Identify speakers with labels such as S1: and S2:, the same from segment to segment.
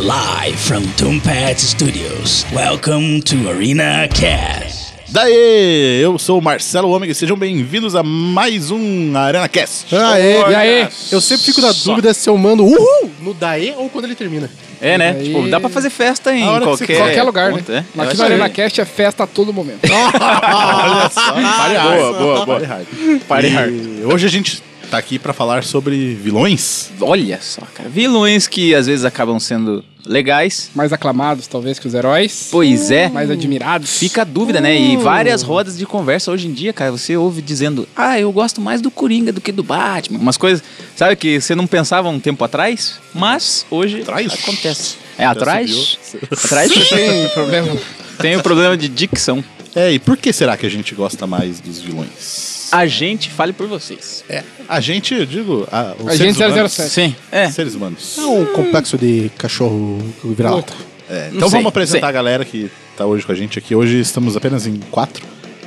S1: Live from Tombat Studios. Welcome to Arena Cast.
S2: Daí, eu sou o Marcelo Ômega e sejam bem-vindos a mais um Arena Cast.
S3: Aê,
S4: Olha
S3: e aí? Eu sempre fico na dúvida se eu mando uhul no daí ou quando ele termina.
S4: É, né?
S5: Aí-
S4: Tipo, dá pra fazer festa em
S2: A hora que você-
S4: qualquer,
S5: qualquer lugar,
S4: ponto,
S5: né?
S4: É. Eu
S5: Aqui
S4: acho
S5: no
S4: que-
S5: Arena Cast é festa a todo momento.
S2: Olha só. boa, boa, boa.
S4: Party
S2: E
S4: hard.
S2: Hoje a gente tá aqui pra falar sobre vilões.
S5: é.
S4: Olha só, cara. Vilões que às vezes acabam sendo legais.
S5: Mais aclamados, talvez, que os heróis.
S4: Pois é.
S5: Mais admirados.
S4: Fica a dúvida, né?
S2: Uh.
S4: E várias rodas de conversa hoje em dia, cara, você ouve dizendo: Ah, eu gosto mais do Coringa do que do Batman. Umas coisas, sabe, que você não pensava um tempo atrás, mas hoje
S2: Atrás?
S4: acontece. É, atrás? Atrás
S5: Tem problema.
S4: tem o problema de dicção.
S2: É, e por que será que a gente gosta mais dos vilões?
S4: A gente fale por vocês.
S2: É, a gente, eu digo, a, os
S5: A
S2: seres
S5: gente
S2: humanos.
S5: 007.
S4: Sim. É.
S2: Seres humanos.
S3: É um complexo de cachorro vira-lata.
S2: É,
S4: Não
S2: então
S4: sei,
S2: vamos apresentar
S4: sei.
S2: a galera que tá hoje com a gente aqui. Hoje estamos apenas em quatro.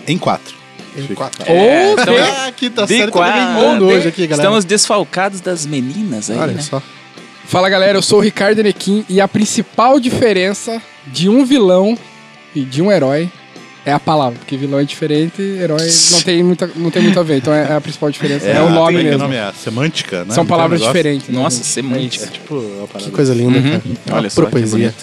S2: Em quatro. Em quatro.
S5: Ou
S4: então
S5: tem-
S2: Ah, aqui tá
S4: De
S2: certo. também.
S4: quatro.
S3: Mundo hoje aqui, galera.
S4: Estamos desfalcados das meninas aí,
S3: Olha
S4: né?
S3: só.
S5: Fala galera, eu sou o Ricardo Enequim e a principal diferença de um vilão e de um herói é a palavra, porque vilão é diferente, herói não tem, muita, não tem muito a ver, então é a principal diferença, é, o
S2: a-
S5: nome
S2: como é que
S5: mesmo.
S2: O nome é a semântica, né?
S5: São
S2: Então,
S5: palavras
S2: o negócio-
S5: diferentes. né,
S4: Nossa,
S5: gente?
S4: semântica.
S5: É isso.
S2: Tipo, é uma parada.
S3: Que coisa linda, cara.
S4: Olha
S3: Uma
S4: só, que
S3: poesia.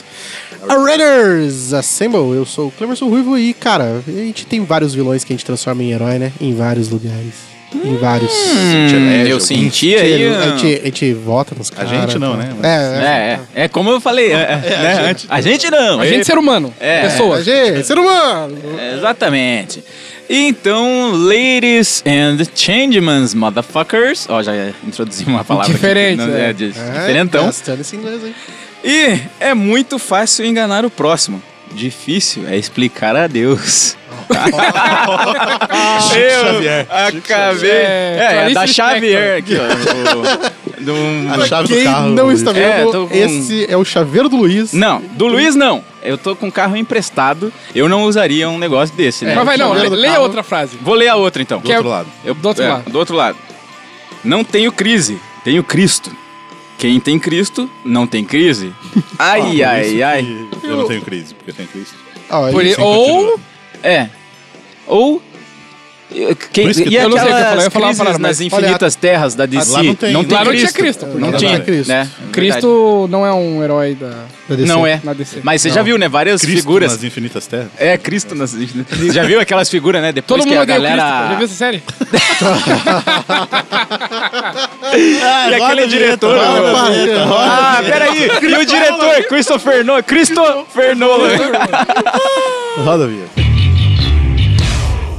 S3: A Raiders Assemble, eu sou o Clemerson Ruivo e, cara, a gente tem vários vilões que a gente transforma em herói, né? Em vários lugares. Em vários.
S4: Hum, eu
S3: A gente-
S4: senti aí.
S3: a,
S4: um-
S3: gente, a gente vota nos
S2: A
S3: caras.
S2: gente não,
S3: tá?
S2: né? Mas-
S3: É, é.
S4: É, é, é como eu falei. é, é, né, antes. a, gente, não.
S5: A gente é ser humano,
S4: É.
S5: pessoa.
S3: A gente, ser humano!
S4: É, Exatamente. Então, ladies and changemans, motherfuckers. Ó, já introduzi uma palavra. aqui,
S5: Diferente,
S4: não-
S5: é.
S4: é, de- diferentão.
S3: Gastando esse inglês aí.
S4: E é muito fácil enganar o próximo. Difícil é explicar a Deus.
S2: Chico Xavier.
S4: acabei.
S5: É,
S4: É, é,
S5: Clarice
S4: da
S5: Lispector.
S4: Xavier aqui, ó. o- do- um-
S2: A chave
S3: Quem
S2: do carro.
S3: não
S2: Luiz.
S3: está vendo,
S4: É, tô com-
S3: esse é o chaveiro do Luiz.
S4: Não, do Luiz não. Eu tô com um carro emprestado. Eu não usaria um negócio desse, né?
S5: É. Mas vai não,
S3: Chaveiro do
S5: leia
S3: carro.
S5: outra frase.
S4: Vou ler a outra então.
S2: Do outro lado.
S4: Eu-
S5: Do outro
S4: é,
S5: lado.
S4: Do outro lado. Não tenho crise, tenho Cristo. Quem tem Cristo, não tem crise. Ai,
S2: Ah, Por isso
S4: ai,
S2: que
S4: ai.
S2: Eu não tenho crise, porque eu tenho crise.
S3: Ó,
S5: Por-
S3: ele-
S2: Sim,
S5: ou
S2: continua.
S4: É. Ou. Quem,
S2: Por isso que
S4: e
S2: eu
S5: não sei o que eu falei, eu ia
S4: aquelas
S5: falar uma
S4: crises
S5: parada, mas-
S4: nas infinitas terras da DC.
S2: lá não tem-
S5: lá não tinha Cristo, porque
S4: Não
S2: lá
S4: tinha.
S2: não é
S3: Cristo.
S4: né?
S5: Cristo não é um herói da.
S3: da DC.
S4: Verdade. Não é.
S5: na DC.
S4: Mas você já
S3: Não.
S4: viu, né? Várias
S2: Cristo
S4: figuras.
S2: nas infinitas terras.
S4: É, Cristo nas infinitas. Já viu aquelas figuras, né? Depois
S5: Todo
S4: que
S5: mundo
S4: a
S5: odeia o Cristo. Já viu
S4: galera.
S5: essa série?
S4: E Ah, aquele diretor.
S2: roda,
S4: meu? Ah, peraí. E o diretor, Christopher Nolan. Christopher Nolan.
S2: Roda, Via.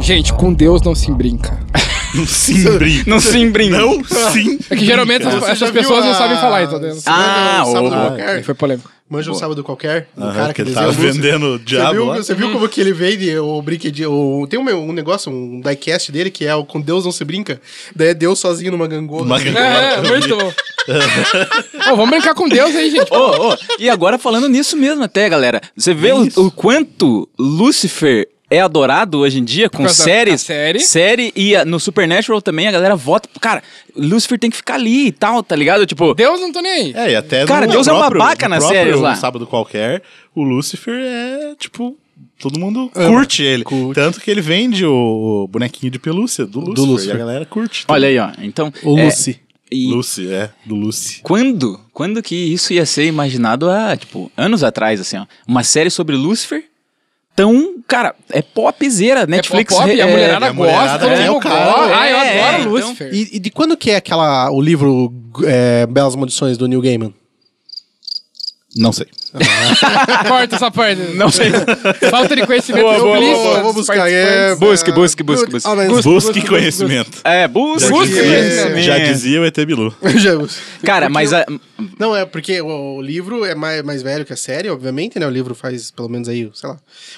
S5: Gente, com Deus não se brinca.
S2: Não se brinca.
S4: Não se embrinca.
S2: Não
S3: Ah,
S2: sim.
S5: É que geralmente essas,
S3: Você já
S5: essas
S3: viu
S5: pessoas não
S3: a-
S5: sabem falar, entendeu?
S3: Você manja
S4: Ah,
S3: um sábado
S4: ô,
S5: Aí
S3: qualquer.
S5: foi polêmico.
S3: Manja um sábado qualquer. Um
S2: Aham,
S3: cara
S2: que
S3: que
S2: ele
S3: desenha
S2: tava
S3: a música.
S2: vendendo o diabo
S3: Você viu,
S2: lá.
S3: você viu como que ele vende o brinquedo? O, tem um, um negócio, um diecast dele que é o Com Deus Não Se Brinca. Daí é Deus sozinho numa gangorra.
S2: Uma
S5: É, é,
S2: gangorra.
S5: muito bom. Ô, vamos brincar com Deus aí, gente.
S4: Ô, ô, e agora falando nisso mesmo até, galera. Você vê o, o quanto Lúcifer é adorado hoje em dia com
S5: causa da-
S4: séries.
S5: da série.
S4: Série e a- no Supernatural também a galera vota. Cara, Lúcifer tem que ficar ali e tal, tá ligado? Tipo,
S5: Deus não tô nem aí.
S2: É, e até
S4: Cara,
S2: no
S4: Deus é um
S2: próprio-
S4: babaca
S2: no
S4: nas
S2: próprio
S4: séries lá.
S2: Um sábado qualquer, o Lucifer é, tipo, todo mundo curte ele. Tanto que ele vende o bonequinho de pelúcia do Lucifer. E
S3: Lúcifer.
S2: a galera curte.
S4: olha aí, ó. Então.
S3: O
S4: é,
S3: Lucy.
S4: e
S2: Lucy, é, do Lucy.
S4: quando? Quando que isso ia ser imaginado há, tipo, anos atrás, assim, ó? Uma série sobre Lúcifer tão. Cara, é popzera. Netflix.
S5: É pop, e a mulherada
S2: a
S5: gosta,
S2: mulherada
S5: todo
S2: é
S5: mundo
S2: o cara,
S5: gosta. Ah, eu
S4: é,
S5: adoro
S4: então-
S5: Lucifer.
S3: E, e de quando que é aquela, o livro é, Belas Maldições do Neil Gaiman?
S2: Não sei.
S5: Corta essa parte.
S4: Não sei.
S5: Falta de conhecimento
S4: Boa, boa,
S5: implícita
S4: boa,
S5: dos
S3: é
S5: participantes.
S4: Busque, busque, busque,
S3: ah,
S4: busque.
S2: Busque conhecimento.
S4: É, busque.
S2: Já
S5: Busque
S2: dizia,
S5: conhecimento.
S2: já dizia o ET Bilu.
S4: Cara, mas a,
S3: é, Não, é porque o, o livro é mais, mais velho que a série, obviamente, né? O livro faz pelo menos aí, sei lá.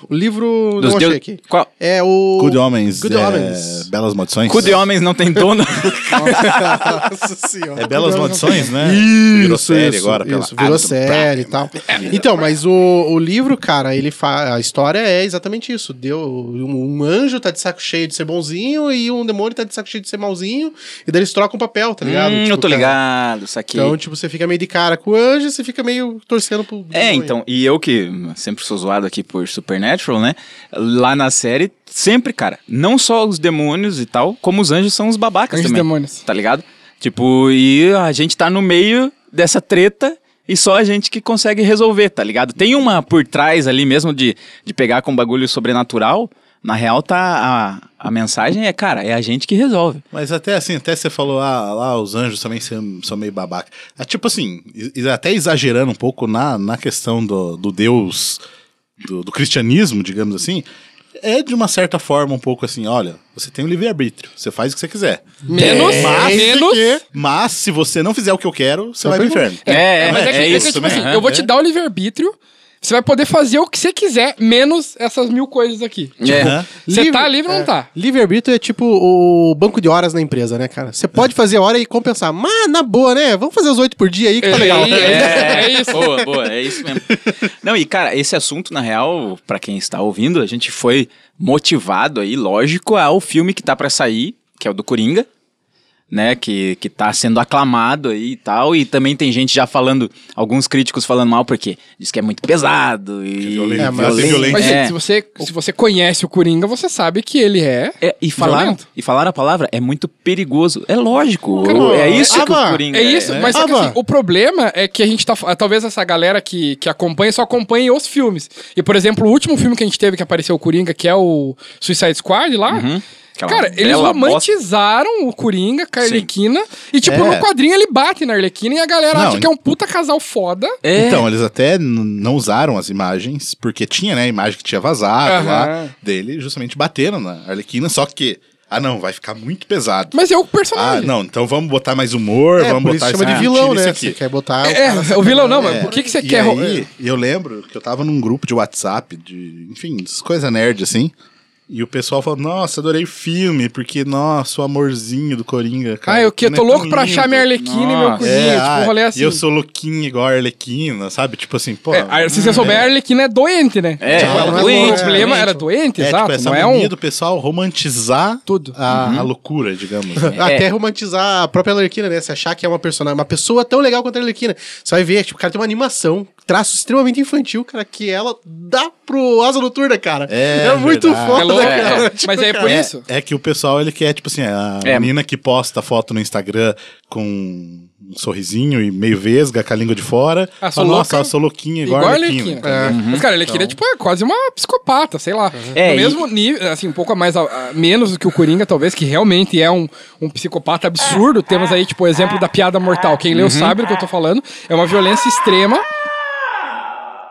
S3: O livro.
S4: Dos
S3: não achei
S4: deus-
S3: aqui.
S4: qual?
S3: É o.
S2: Good Homens.
S3: Good
S2: é,
S3: Homens.
S2: Belas Maldições. É
S4: cu de homens não tem dono.
S3: Nossa senhora.
S2: É Belas Maldições, né? virou série agora. pela
S3: isso, virou
S2: Amazon né?
S3: série e tal. Então, mas o, o livro, cara, ele fa... a história é exatamente isso. Deu um, um anjo tá de saco cheio de ser bonzinho e um demônio tá de saco cheio de ser malzinho e daí eles trocam o papel, tá ligado?
S4: Hum, eu tô
S3: cara,
S4: ligado, saquei.
S3: Então, tipo, você fica meio de cara com o anjo, você fica meio torcendo pro
S4: É,
S3: demônio.
S4: então, e eu que sempre sou zoado aqui por Supernatural, né? Lá na série, sempre, cara, não só os demônios e tal, como os anjos são os babacas
S5: Anjos
S4: também.
S5: demônios.
S4: Tá ligado? Tipo, e a gente tá no meio dessa treta e só a gente que consegue resolver, tá ligado? Tem uma por trás ali mesmo de, de pegar com um bagulho sobrenatural. Na real, tá. A, a mensagem é, cara, é a gente que resolve.
S2: Mas até assim, até você falou, ah, lá os anjos também são, são meio babaca. Ah, tipo assim, e- e até exagerando um pouco na, na questão do, do Deus, do, do cristianismo, digamos assim, é de uma certa forma um pouco assim, olha, você tem o livre-arbítrio, você faz o que você quiser.
S5: Menos,
S2: Mas,
S5: menos.
S2: mas se você não fizer o que eu quero, você vai pro inferno.
S4: É,
S5: mas é, que- é que, tipo assim, eu vou te dar o livre-arbítrio, você vai poder fazer o que você quiser, menos essas mil coisas aqui.
S2: Né?
S4: É.
S5: Você
S3: Livre-
S5: tá livre ou não tá?
S3: Livre-arbítrio é tipo o banco de horas na empresa, né, cara? Você pode fazer hora e compensar. Mas, na boa, né? Vamos fazer os oito por dia aí que tá legal.
S5: É, é isso.
S4: Boa, boa, é isso mesmo. Não, e cara, esse assunto, na real, pra quem está ouvindo, a gente foi motivado aí, lógico, ao filme que tá pra sair, que é o do Coringa, né? Que, que tá sendo aclamado aí e tal. E também tem gente já falando, alguns críticos falando mal, porque diz que é muito pesado e.
S2: violento,
S3: É, mas-
S2: violento.
S5: Mas,
S4: É.
S5: gente, se você, se você conhece o Coringa, você sabe que ele é.
S4: É, e, falaram,
S5: Violento.
S4: e falaram a palavra, é muito perigoso. É lógico.
S5: Cara,
S4: é isso que
S3: Ava,
S4: o Coringa
S5: É isso,
S4: né?
S5: mas só que,
S3: Ah,
S5: assim,
S3: mano.
S5: o problema é que a gente tá. fa- Talvez essa galera que, que acompanha só acompanhe os filmes. E, por exemplo, o último filme que a gente teve que apareceu o Coringa, que é o Suicide Squad lá.
S4: Uhum. Aquela
S5: Cara, eles
S4: bela bosta.
S5: romantizaram o Coringa com a Arlequina. E, tipo, no quadrinho ele bate na Arlequina e a
S2: É.
S5: galera
S2: Não,
S5: acha que é um puta casal foda.
S4: É.
S2: Então, eles até n- não usaram as imagens, porque tinha, né, a imagem que tinha vazado lá
S5: Aham.
S2: dele, justamente bateram na Arlequina, só que, ah não, vai ficar muito pesado.
S5: Mas é o
S2: Ah,
S5: personagem.
S2: não, então vamos botar mais humor,
S3: É,
S2: vamos
S3: por
S2: botar
S3: isso chama
S2: esse
S3: de
S2: aqui,
S3: vilão,
S2: tira
S3: né?
S2: esse
S3: Você
S2: aqui.
S3: quer botar.
S5: É, é o vilão não, mas
S2: É.
S5: por que, que você
S2: E
S5: quer. ro-
S2: aí, eu lembro que eu tava num grupo de WhatsApp, de, enfim, essas coisas nerd assim. E o pessoal falou, nossa, adorei o filme, porque, nossa, o amorzinho do Coringa, cara.
S5: Ah, eu que eu
S2: Coringa
S5: tô
S2: é
S5: louco
S2: tão
S5: pra
S2: lindo."
S5: achar minha Arlequina e meu
S4: Nossa.
S5: Coringa.
S2: É,
S5: tipo, um
S2: ah,
S5: rolê assim.
S2: E eu sou louquinho igual a Arlequina, sabe? Tipo assim, pô.
S5: É, a- se
S4: hum,
S5: você souber, a Arlequina é doente, né?
S4: É,
S5: Tipo,
S4: ela
S5: ela- O
S4: é doente,
S5: problema
S3: é.
S5: era doente,
S2: É,
S5: exato.
S2: tipo, essa
S5: não é
S2: mania
S5: um.
S2: do pessoal romantizar
S5: Tudo.
S2: a, a loucura, digamos. né?
S5: É.
S3: Até romantizar a própria Arlequina, né? Você achar que é uma personagem, uma pessoa tão legal quanto a Arlequina. Você vai ver, tipo, o cara tem uma animação, traço extremamente infantil, cara, que ela dá pro Asa Noturna, cara.
S2: É,
S3: muito
S2: verdade.
S5: É louco,
S3: foda,
S5: é.
S3: cara.
S5: Mas é por isso.
S2: É que o pessoal, ele quer, tipo assim, a
S4: É.
S2: menina que posta foto no Instagram com um sorrisinho e meio vesga, com a língua de fora.
S5: Ah, sou
S2: fala,
S5: louca.
S2: Nossa, eu sou louquinha igual, a Arlequina.
S5: cara. Mas, cara, a
S4: Então.
S5: Arlequina é, tipo, é quase uma psicopata, sei lá.
S4: É,
S5: No
S4: e-
S5: mesmo nível, assim, um pouco mais, a- a- menos do que o Coringa, talvez, que realmente é um, um psicopata absurdo. Temos aí, tipo, o exemplo da piada mortal. Quem
S4: Uhum.
S5: leu sabe do que eu tô falando. É uma violência extrema.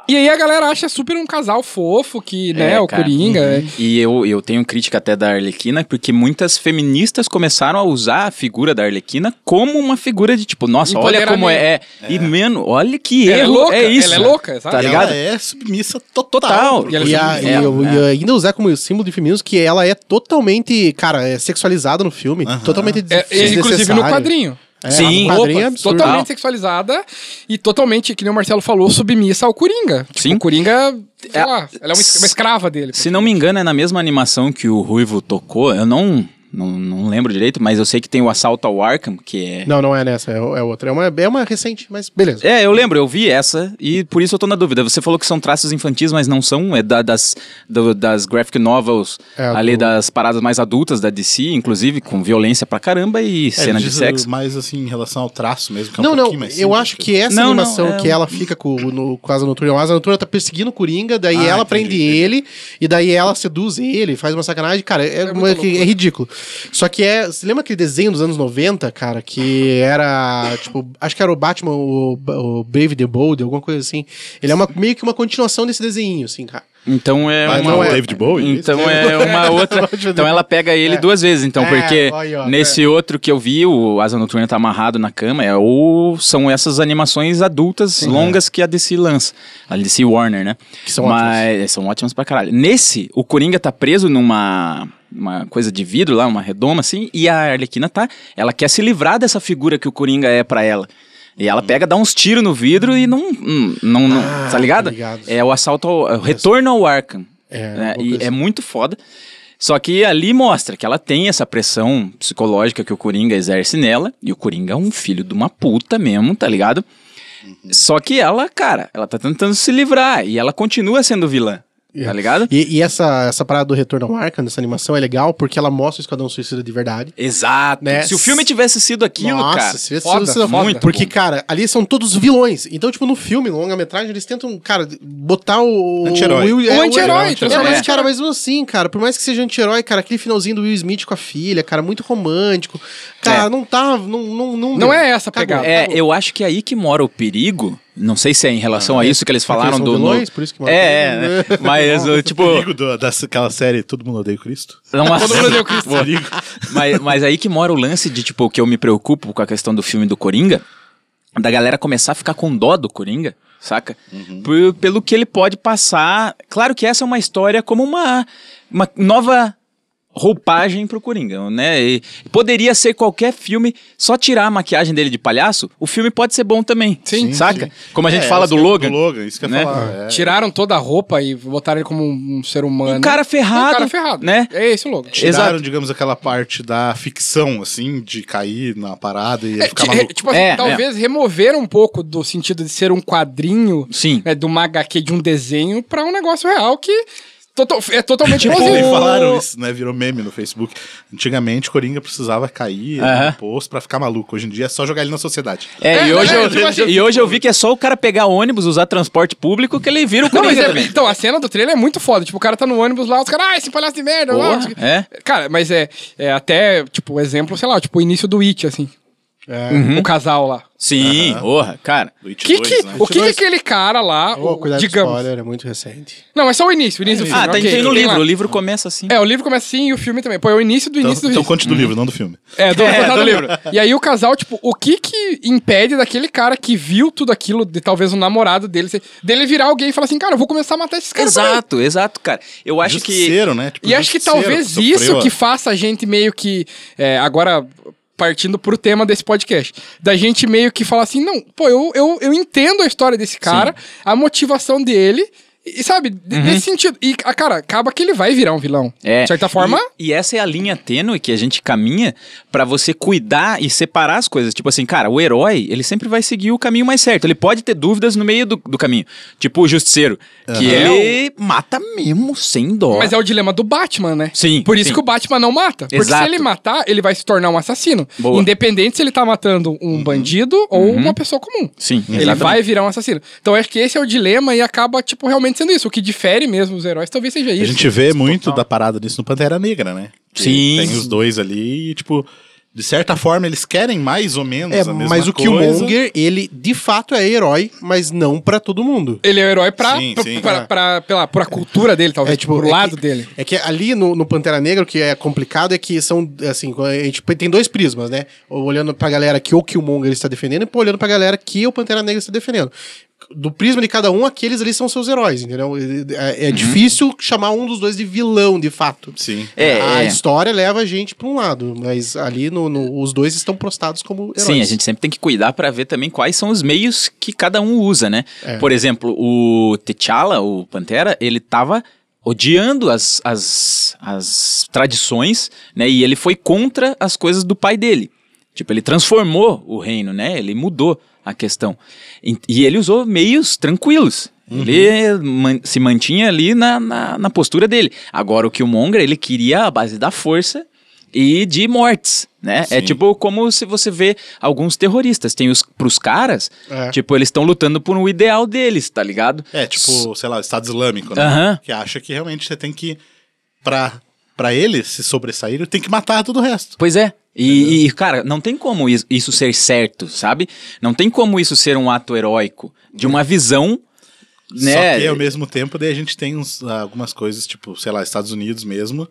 S5: E aí a galera acha super um casal fofo, que, né,
S4: É,
S5: o
S4: cara.
S5: Coringa... é-
S4: E eu, eu tenho crítica até da Arlequina, porque muitas feministas começaram a usar a figura da Arlequina como uma figura de tipo, nossa, olha como é. é. E, mano, olha que
S5: Ela é
S4: erro
S5: louca,
S4: é isso.
S5: ela é louca, exato.
S4: Tá
S2: Ela
S4: ligado?
S2: é submissa
S4: Total.
S2: total. pro
S5: E ela
S3: E,
S2: Coringa.
S3: a- e
S4: É,
S3: eu-
S4: é.
S3: e ainda usar como símbolo de feminismo que ela é totalmente, cara, é sexualizada no filme. Totalmente
S5: É,
S3: des-
S5: inclusive no
S3: desnecessário.
S5: quadrinho.
S3: É,
S4: Sim.
S3: no quadrinho é
S5: Opa,
S3: absurdo.
S5: totalmente sexualizada e totalmente, que nem o Marcelo falou, submissa ao Coringa. Tipo,
S4: Sim.
S5: o Coringa, sei
S4: É-
S5: lá, ela é uma es- uma escrava dele.
S4: Se não me engano, é na mesma animação que o Ruivo tocou. Eu não, Não, não lembro direito, mas eu sei que tem o Assalto ao Arkham, que é.
S3: Não, não é nessa, é, é outra. É uma, é uma recente, mas beleza.
S4: É, eu lembro, eu vi essa e por isso eu tô na dúvida. Você falou que são traços infantis, mas não são. É da- das, do- das graphic novels,
S3: É,
S4: ali
S3: do-
S4: das paradas mais adultas da DC, inclusive, com violência pra caramba e
S3: É,
S4: cena de sexo.
S2: Mas assim, em relação ao traço mesmo. Que é um
S3: Não, não,
S2: pouquinho mais
S3: eu
S2: simples,
S3: acho que essa
S4: Não, não,
S3: animação
S4: é
S3: que
S4: um-
S3: ela fica com, no, com a Asa Noturna, a Asa Noturna tá perseguindo o Coringa, daí
S2: Ah,
S3: ela
S2: entendi,
S3: prende
S2: entendi.
S3: ele, e daí ela seduz ele, faz uma sacanagem, cara, é, uma-
S5: muita
S2: né?
S5: loucura.
S3: é ridículo. Só que é, você lembra aquele desenho dos anos 90, cara, que era, tipo, acho que era o Batman, o, o Brave the Bold, alguma coisa assim. Ele é uma, meio que uma continuação desse desenho, assim, cara.
S4: Então é
S2: Mas
S4: uma.
S2: não
S3: é-
S2: David Bowie?
S4: Então é uma outra. Então ela pega ele duas vezes, então,
S3: É,
S4: porque
S3: olha, ó, é.
S4: nesse outro que eu vi, o Asa Noturna tá amarrado na cama, é, ou são essas animações adultas longas que a DC lança. A DC Warner, né?
S3: Que são
S4: Mas são ótimas pra caralho. Nesse, o Coringa tá preso numa uma coisa de vidro lá, uma redoma assim, e a Arlequina tá, ela quer se livrar dessa figura que o Coringa é pra ela. E ela pega, dá uns tiros no vidro e não. hum, não, não-
S3: Hum. Ah,
S4: tá ligado?
S3: tô ligado.
S4: É o assalto ao. é o retorno ao Arkham.
S3: É,
S4: né?
S3: alguma
S4: E
S3: coisa
S4: é muito foda. Só que ali mostra que ela tem essa pressão psicológica que o Coringa exerce nela. E o Coringa é um filho de uma puta mesmo, tá ligado?
S3: Uhum.
S4: Só que ela, cara, ela tá tentando se livrar. E ela continua sendo vilã, tá ligado?
S3: E, e essa, essa parada do Retorno ao Arkham, dessa animação, é legal porque ela mostra o Esquadrão Suicida de verdade.
S4: Exato.
S3: Né?
S4: Se o filme tivesse sido aquilo,
S3: Nossa,
S4: cara.
S3: seria
S5: foda,
S3: sensacional.
S5: foda.
S4: Muito
S3: Porque,
S4: bom.
S3: cara, ali são todos vilões. Então, tipo, no filme, longa-metragem, eles tentam, cara, botar o...
S2: Anti-herói.
S3: Will- é,
S5: O anti-herói, tá
S3: É,
S5: transforma
S3: mas,
S5: em
S3: cara, mas mesmo assim, cara, por mais que seja anti-herói, cara, aquele finalzinho do Will Smith com a filha, cara, muito romântico. Cara,
S4: É.
S3: não tá... Não, não, não,
S5: Não é essa a
S3: Cagou.
S5: pegada.
S4: É, eu acho que é aí que mora o perigo. Não sei se é em relação a isso que eles
S3: Ah, Porque
S4: falaram
S3: são
S4: do. no-
S3: vilões, por isso que mora o
S4: É, é,
S3: perigo.
S4: né? Mas, o, tipo.
S2: Perigo do- daquela série Todo Mundo Odeia o Cristo?
S4: Não
S5: Todo mundo
S4: é
S5: deu Cristo.
S2: Perigo.
S4: mas, mas aí que mora o lance de, tipo, que eu me preocupo com a questão do filme do Coringa, da galera começar a ficar com dó do Coringa, saca? Por- pelo que ele pode passar. Claro que essa é uma história como uma, uma nova roupagem pro Coringa, né? E poderia ser qualquer filme, só tirar a maquiagem dele de palhaço, o filme pode ser bom também,
S5: Sim,
S4: saca? Como a gente
S2: É,
S4: fala
S2: isso
S4: do
S2: que-
S4: Logan,
S2: Do Logan, isso que eu ia
S4: né?
S2: falar. é.
S5: Tiraram toda a roupa e botaram ele como um um ser humano.
S4: um cara ferrado,
S5: Um cara ferrado.
S4: né?
S5: É esse o logo.
S2: Tiraram,
S4: Exato.
S2: digamos, aquela parte da ficção, assim, de cair na parada e
S5: É,
S2: ficar
S5: ti-
S2: maluco.
S5: tipo assim,
S4: É,
S5: talvez remover um pouco do sentido de ser um quadrinho,
S4: Sim.
S5: né, de uma HQ, de um desenho, pra um negócio real que toto- é totalmente
S2: Tipo,
S5: plausível.
S2: me falaram isso, né? Virou meme no Facebook. Antigamente, Coringa precisava cair
S4: Aham.
S2: no poço pra ficar maluco. Hoje em dia é só jogar ele na sociedade.
S4: É, e,
S5: É,
S4: hoje
S5: né?
S4: eu,
S5: Tipo assim,
S4: e hoje eu vi que é só o cara pegar ônibus, usar transporte público, que ele vira o
S5: Não, mas
S4: Coringa
S5: é-
S4: também.
S5: então, a cena do trailer é muito foda. Tipo, o cara tá no ônibus lá, os caras, ah, esse palhaço de merda. lá,
S4: Porra,
S5: não sei o quê.
S4: é.
S5: Cara, mas é, é até, tipo, exemplo, sei lá, tipo, o início do It, assim.
S3: É.
S5: O casal lá.
S4: Sim, porra, cara.
S2: Do It
S5: Que
S2: dois,
S5: que,
S2: né?
S5: o que, que aquele cara lá,
S3: Ô,
S5: o-
S3: cuidado
S5: digamos...
S3: com spoiler, é muito recente.
S5: Não, é só o início, o início do filme.
S4: Ah, tá
S5: ok,
S4: tem no
S5: tem
S4: livro.
S5: lá.
S4: O livro começa assim.
S5: É, o livro começa assim e o filme também. Pô, é o início do
S2: Então,
S5: início do
S2: então
S5: início.
S2: conte do livro, não do filme.
S5: É, do, do livro. E aí o casal, tipo, o que que impede daquele cara que viu tudo aquilo, de talvez o namorado dele, ser- dele virar alguém e falar assim, cara, eu vou começar a matar esses caras também.
S4: exato, exato, cara. Eu acho que.
S2: Justiceiro, né? Tipo,
S5: E acho que
S2: justiceiro
S5: talvez
S2: sofreu né?
S5: isso
S2: a-
S4: é.
S5: que faça a gente meio que. é, agora, partindo pro tema desse podcast, da gente meio que falar assim: não, pô, eu, eu, eu entendo a história desse cara, a motivação dele. E sabe, de-
S4: Uhum.
S5: nesse sentido. E, ah, cara, acaba que ele vai virar um vilão.
S4: É.
S5: De certa forma.
S4: E, e essa é a linha tênue que a gente caminha pra você cuidar e separar as coisas. Tipo assim, cara, o herói, ele sempre vai seguir o caminho mais certo. Ele pode ter dúvidas no meio do, do caminho. Tipo o justiceiro, que ele mata mesmo sem dó.
S5: Mas é o dilema do Batman, né?
S4: Sim,
S5: Por isso
S4: sim.
S5: que o Batman não mata. Porque
S4: Exato.
S5: se ele matar, ele vai se tornar um assassino.
S4: Boa. Uhum.
S5: Independente se ele tá matando um bandido ou uma pessoa comum.
S4: Sim,
S5: Ele
S4: exatamente.
S5: vai virar um assassino. Então acho que esse é o dilema e acaba, tipo, realmente sendo isso. O que difere mesmo os heróis talvez seja isso.
S2: A gente vê muito da parada disso no Pantera Negra, né? Que
S4: Sim.
S2: Tem os dois ali e, tipo, de certa forma, eles querem mais ou menos
S3: É,
S2: a mesma
S3: mas o
S2: coisa.
S3: Killmonger, ele de fato é herói, mas não pra todo mundo.
S5: Ele é o herói pra,
S2: Sim,
S5: pra,
S2: sim.
S5: pra- pra- pela, por a cultura dele, talvez.
S3: É, tipo,
S5: pro
S3: é
S5: lado
S3: que-
S5: dele.
S3: É que ali no, no Pantera Negra, o que é complicado é que são, assim, a gente tem dois prismas, né? Olhando pra galera que o Killmonger está defendendo e olhando pra galera que o Pantera Negra está defendendo. Do prisma de cada um, aqueles ali são seus heróis, entendeu? É, é difícil chamar um dos dois de vilão, de fato.
S2: Sim.
S4: É,
S3: a
S4: é.
S3: história leva a gente pra um lado, mas ali no, no- os dois estão prostados como heróis.
S4: Sim, a gente sempre tem que cuidar pra ver também quais são os meios que cada um usa, né? Por exemplo, o T'Challa, o Pantera, ele tava odiando as, as, as tradições, né? E ele foi contra as coisas do pai dele. Tipo, ele transformou o reino, né? Ele mudou a questão. E, e ele usou meios tranquilos. Ele man- se mantinha ali na, na, na postura dele. Agora, o Killmonger, ele queria a base da força e de mortes, né? É
S2: Sim.
S4: tipo como se você vê alguns terroristas. Tem os pros caras,
S3: É.
S4: tipo, eles estão lutando por um ideal deles, tá ligado?
S2: É, tipo, sei lá, o Estado
S3: É.
S2: Islâmico, né?
S4: Aham.
S2: Que acha que realmente você tem que, pra, pra eles se sobressair, tem que matar todo o resto.
S4: Pois é. E, e, cara, não tem como is- isso ser certo, sabe? Não tem como isso ser um ato heróico de uma visão, né?
S2: Só
S3: é
S2: que ao mesmo tempo, daí a gente tem uns- algumas coisas, tipo, sei lá, Estados Unidos mesmo,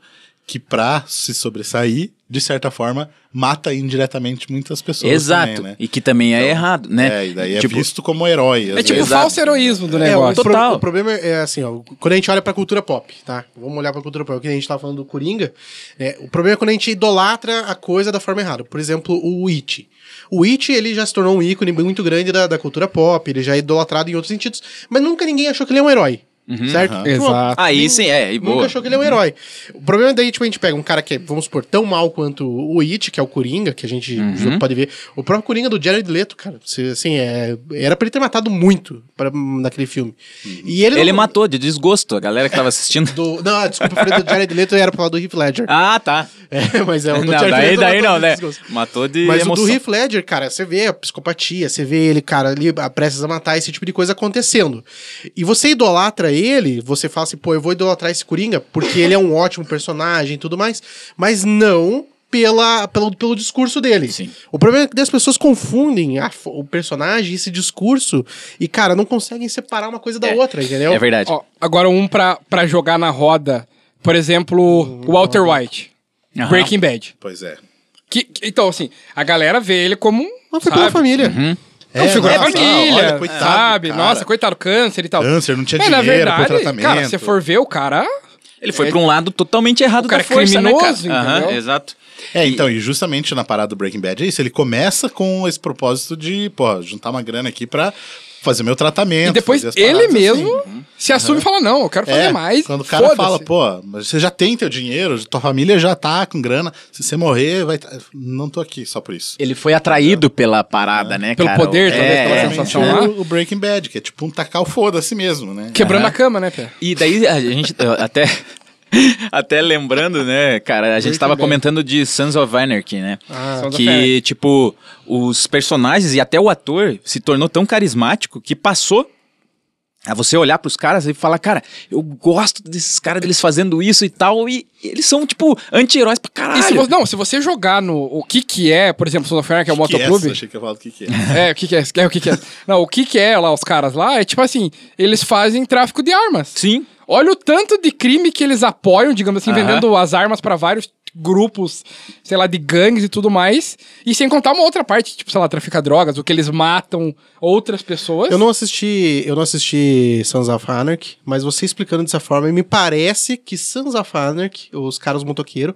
S2: que pra se sobressair, de certa forma, mata indiretamente muitas pessoas.
S4: Exato.
S2: também, né?
S4: E que também é
S2: Então,
S4: errado, né?
S2: É, e daí é
S4: tipo,
S2: visto como herói.
S5: É
S2: às
S5: tipo
S2: vezes.
S4: Exato.
S5: falso heroísmo do
S3: É, o,
S5: negócio.
S4: total.
S3: pro- o problema é assim, ó, quando a gente olha pra cultura pop, tá? Vamos olhar pra cultura pop, que a gente tava falando do Coringa. né? o problema é quando a gente idolatra a coisa da forma errada. Por exemplo, o It. O It, ele já se tornou um ícone muito grande da, da cultura pop, ele já é idolatrado em outros sentidos, mas nunca ninguém achou que ele é um herói. certo?
S2: aham.
S3: Tipo,
S5: Exato.
S4: Aí sim, é, e
S3: Nunca
S4: boa.
S3: achou que ele é um herói. O problema é daí, tipo, a gente pega um cara que é, vamos supor, tão mal quanto o It, que é o Coringa, que a gente
S4: Uhum.
S3: pode ver. O próprio Coringa do Jared Leto, cara, se- assim, é, era pra ele ter matado muito pra, naquele filme. E ele,
S4: Ele
S3: não-
S4: matou de desgosto a galera que tava assistindo.
S3: Do, não, desculpa, eu falei do Jared Leto, era pra falar do Heath Ledger.
S4: ah, tá.
S3: É, mas é o
S4: Não,
S3: do Jared
S4: daí,
S3: Leto,
S4: daí
S3: matou
S4: não,
S3: de
S4: né?
S3: desgosto.
S4: Matou de
S3: Mas
S4: emoção.
S3: o do Heath Ledger, cara, você vê a psicopatia, você vê ele, cara, ali a- prestes a matar, esse tipo de coisa acontecendo. E você idolatra ele, você fala assim, pô, eu vou idolatrar esse Coringa porque ele é um ótimo personagem e tudo mais, mas não pela, pelo, pelo discurso dele.
S4: Sim.
S3: O problema é que daí as pessoas confundem a fo- o personagem, esse discurso, e, cara, não conseguem separar uma coisa da outra, entendeu?
S4: É verdade.
S5: Ó, agora um pra, pra jogar na roda. Por exemplo, o Walter
S3: Uhum.
S5: White.
S4: Aham.
S5: Breaking Bad.
S2: Pois é.
S5: Que, que- então, assim, a galera vê ele como.
S3: Mas foi pela
S5: sabe?
S3: família.
S5: É, figura da
S2: nossa,
S5: família,
S2: olha, coitado,
S5: sabe?
S2: cara.
S5: Nossa, coitado, câncer e tal.
S2: Câncer, não tinha
S5: Mas, na
S2: dinheiro pra
S5: verdade,
S2: tratamento.
S5: Cara, se for ver, o cara...
S4: Ele foi pra um lado totalmente errado
S5: é O cara
S4: da
S5: é
S4: força, né, cara?
S5: criminoso, entendeu?
S4: Ahã, exato.
S2: É, então, e justamente na parada do Breaking Bad é isso. Ele começa com esse propósito de, pô, juntar uma grana aqui pra fazer meu tratamento.
S5: E depois
S2: fazer as
S5: ele
S2: paradas
S5: mesmo
S2: assim.
S5: se assume e fala, não, eu quero fazer
S2: É,
S5: mais.
S2: quando o cara fala,
S5: foda-se.
S2: pô, mas você já tem teu dinheiro, tua família já tá com grana, se você morrer, vai. tá- Não tô aqui só por isso.
S4: Ele foi atraído pela parada, né,
S5: É. Pelo
S4: cara?
S5: poder, talvez,
S4: é,
S5: pela
S4: é.
S5: sensação.
S2: Exatamente,
S5: sensação lá.
S2: o, o Breaking Bad, que é tipo um tacar o foda-se mesmo, né?
S5: Quebrando a cama, né, Pé?
S4: E daí a gente eu até até lembrando, né, cara, a gente tava comentando de Sons of Anarchy, né?
S5: Ah, Sons of
S4: que
S5: Anarchy.
S4: tipo os personagens e até o ator se tornou tão carismático que passou a você olhar pros caras e falar, cara, eu gosto desses caras deles fazendo isso e tal e eles são tipo anti-heróis pra
S5: E
S4: caralho.
S5: se você, não, se você jogar no o que que é, por exemplo, Sons of Anarchy, que é o
S2: que é essa?
S5: motoclube,
S2: Achei que eu falo o que, que é.
S5: É, o que que é? é, o que que é. Não, o que que é lá, os caras lá, é tipo assim, eles fazem tráfico de armas.
S4: Sim.
S5: Olha o tanto de crime que eles apoiam, digamos assim,
S4: Aham.
S5: vendendo as armas pra vários grupos, sei lá, de gangues e tudo mais. E sem contar uma outra parte, tipo, sei lá, trafica drogas, o que eles matam outras pessoas.
S3: Eu não assisti, eu não assisti Sons of Anarchy, mas você explicando dessa forma, me parece que Sons of Anarchy, os caras motoqueiros,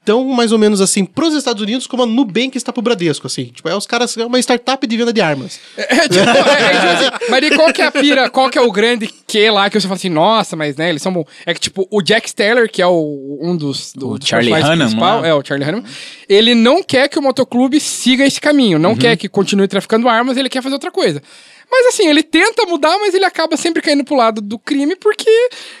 S3: estão mais ou menos assim pros Estados Unidos como a Nubank está pro Bradesco, assim. Tipo, é os caras, é uma startup de venda de armas.
S5: É, tipo, é, é, tipo assim, mas daí qual que é a pira, qual que é o grande que lá que você fala assim, nossa, mas né, eles são bons. É que tipo, o Jack Steller, que é o, um dos, do,
S4: O
S5: dos
S4: Charlie
S5: personagens
S4: Hunnam,
S5: principal,
S4: né?
S5: é o Charlie Hunnam, ele não quer que o motoclube siga esse caminho,
S4: Uhum.
S5: não quer que continue traficando armas, ele quer fazer outra coisa. Mas assim, ele tenta mudar, mas ele acaba sempre caindo pro lado do crime, porque,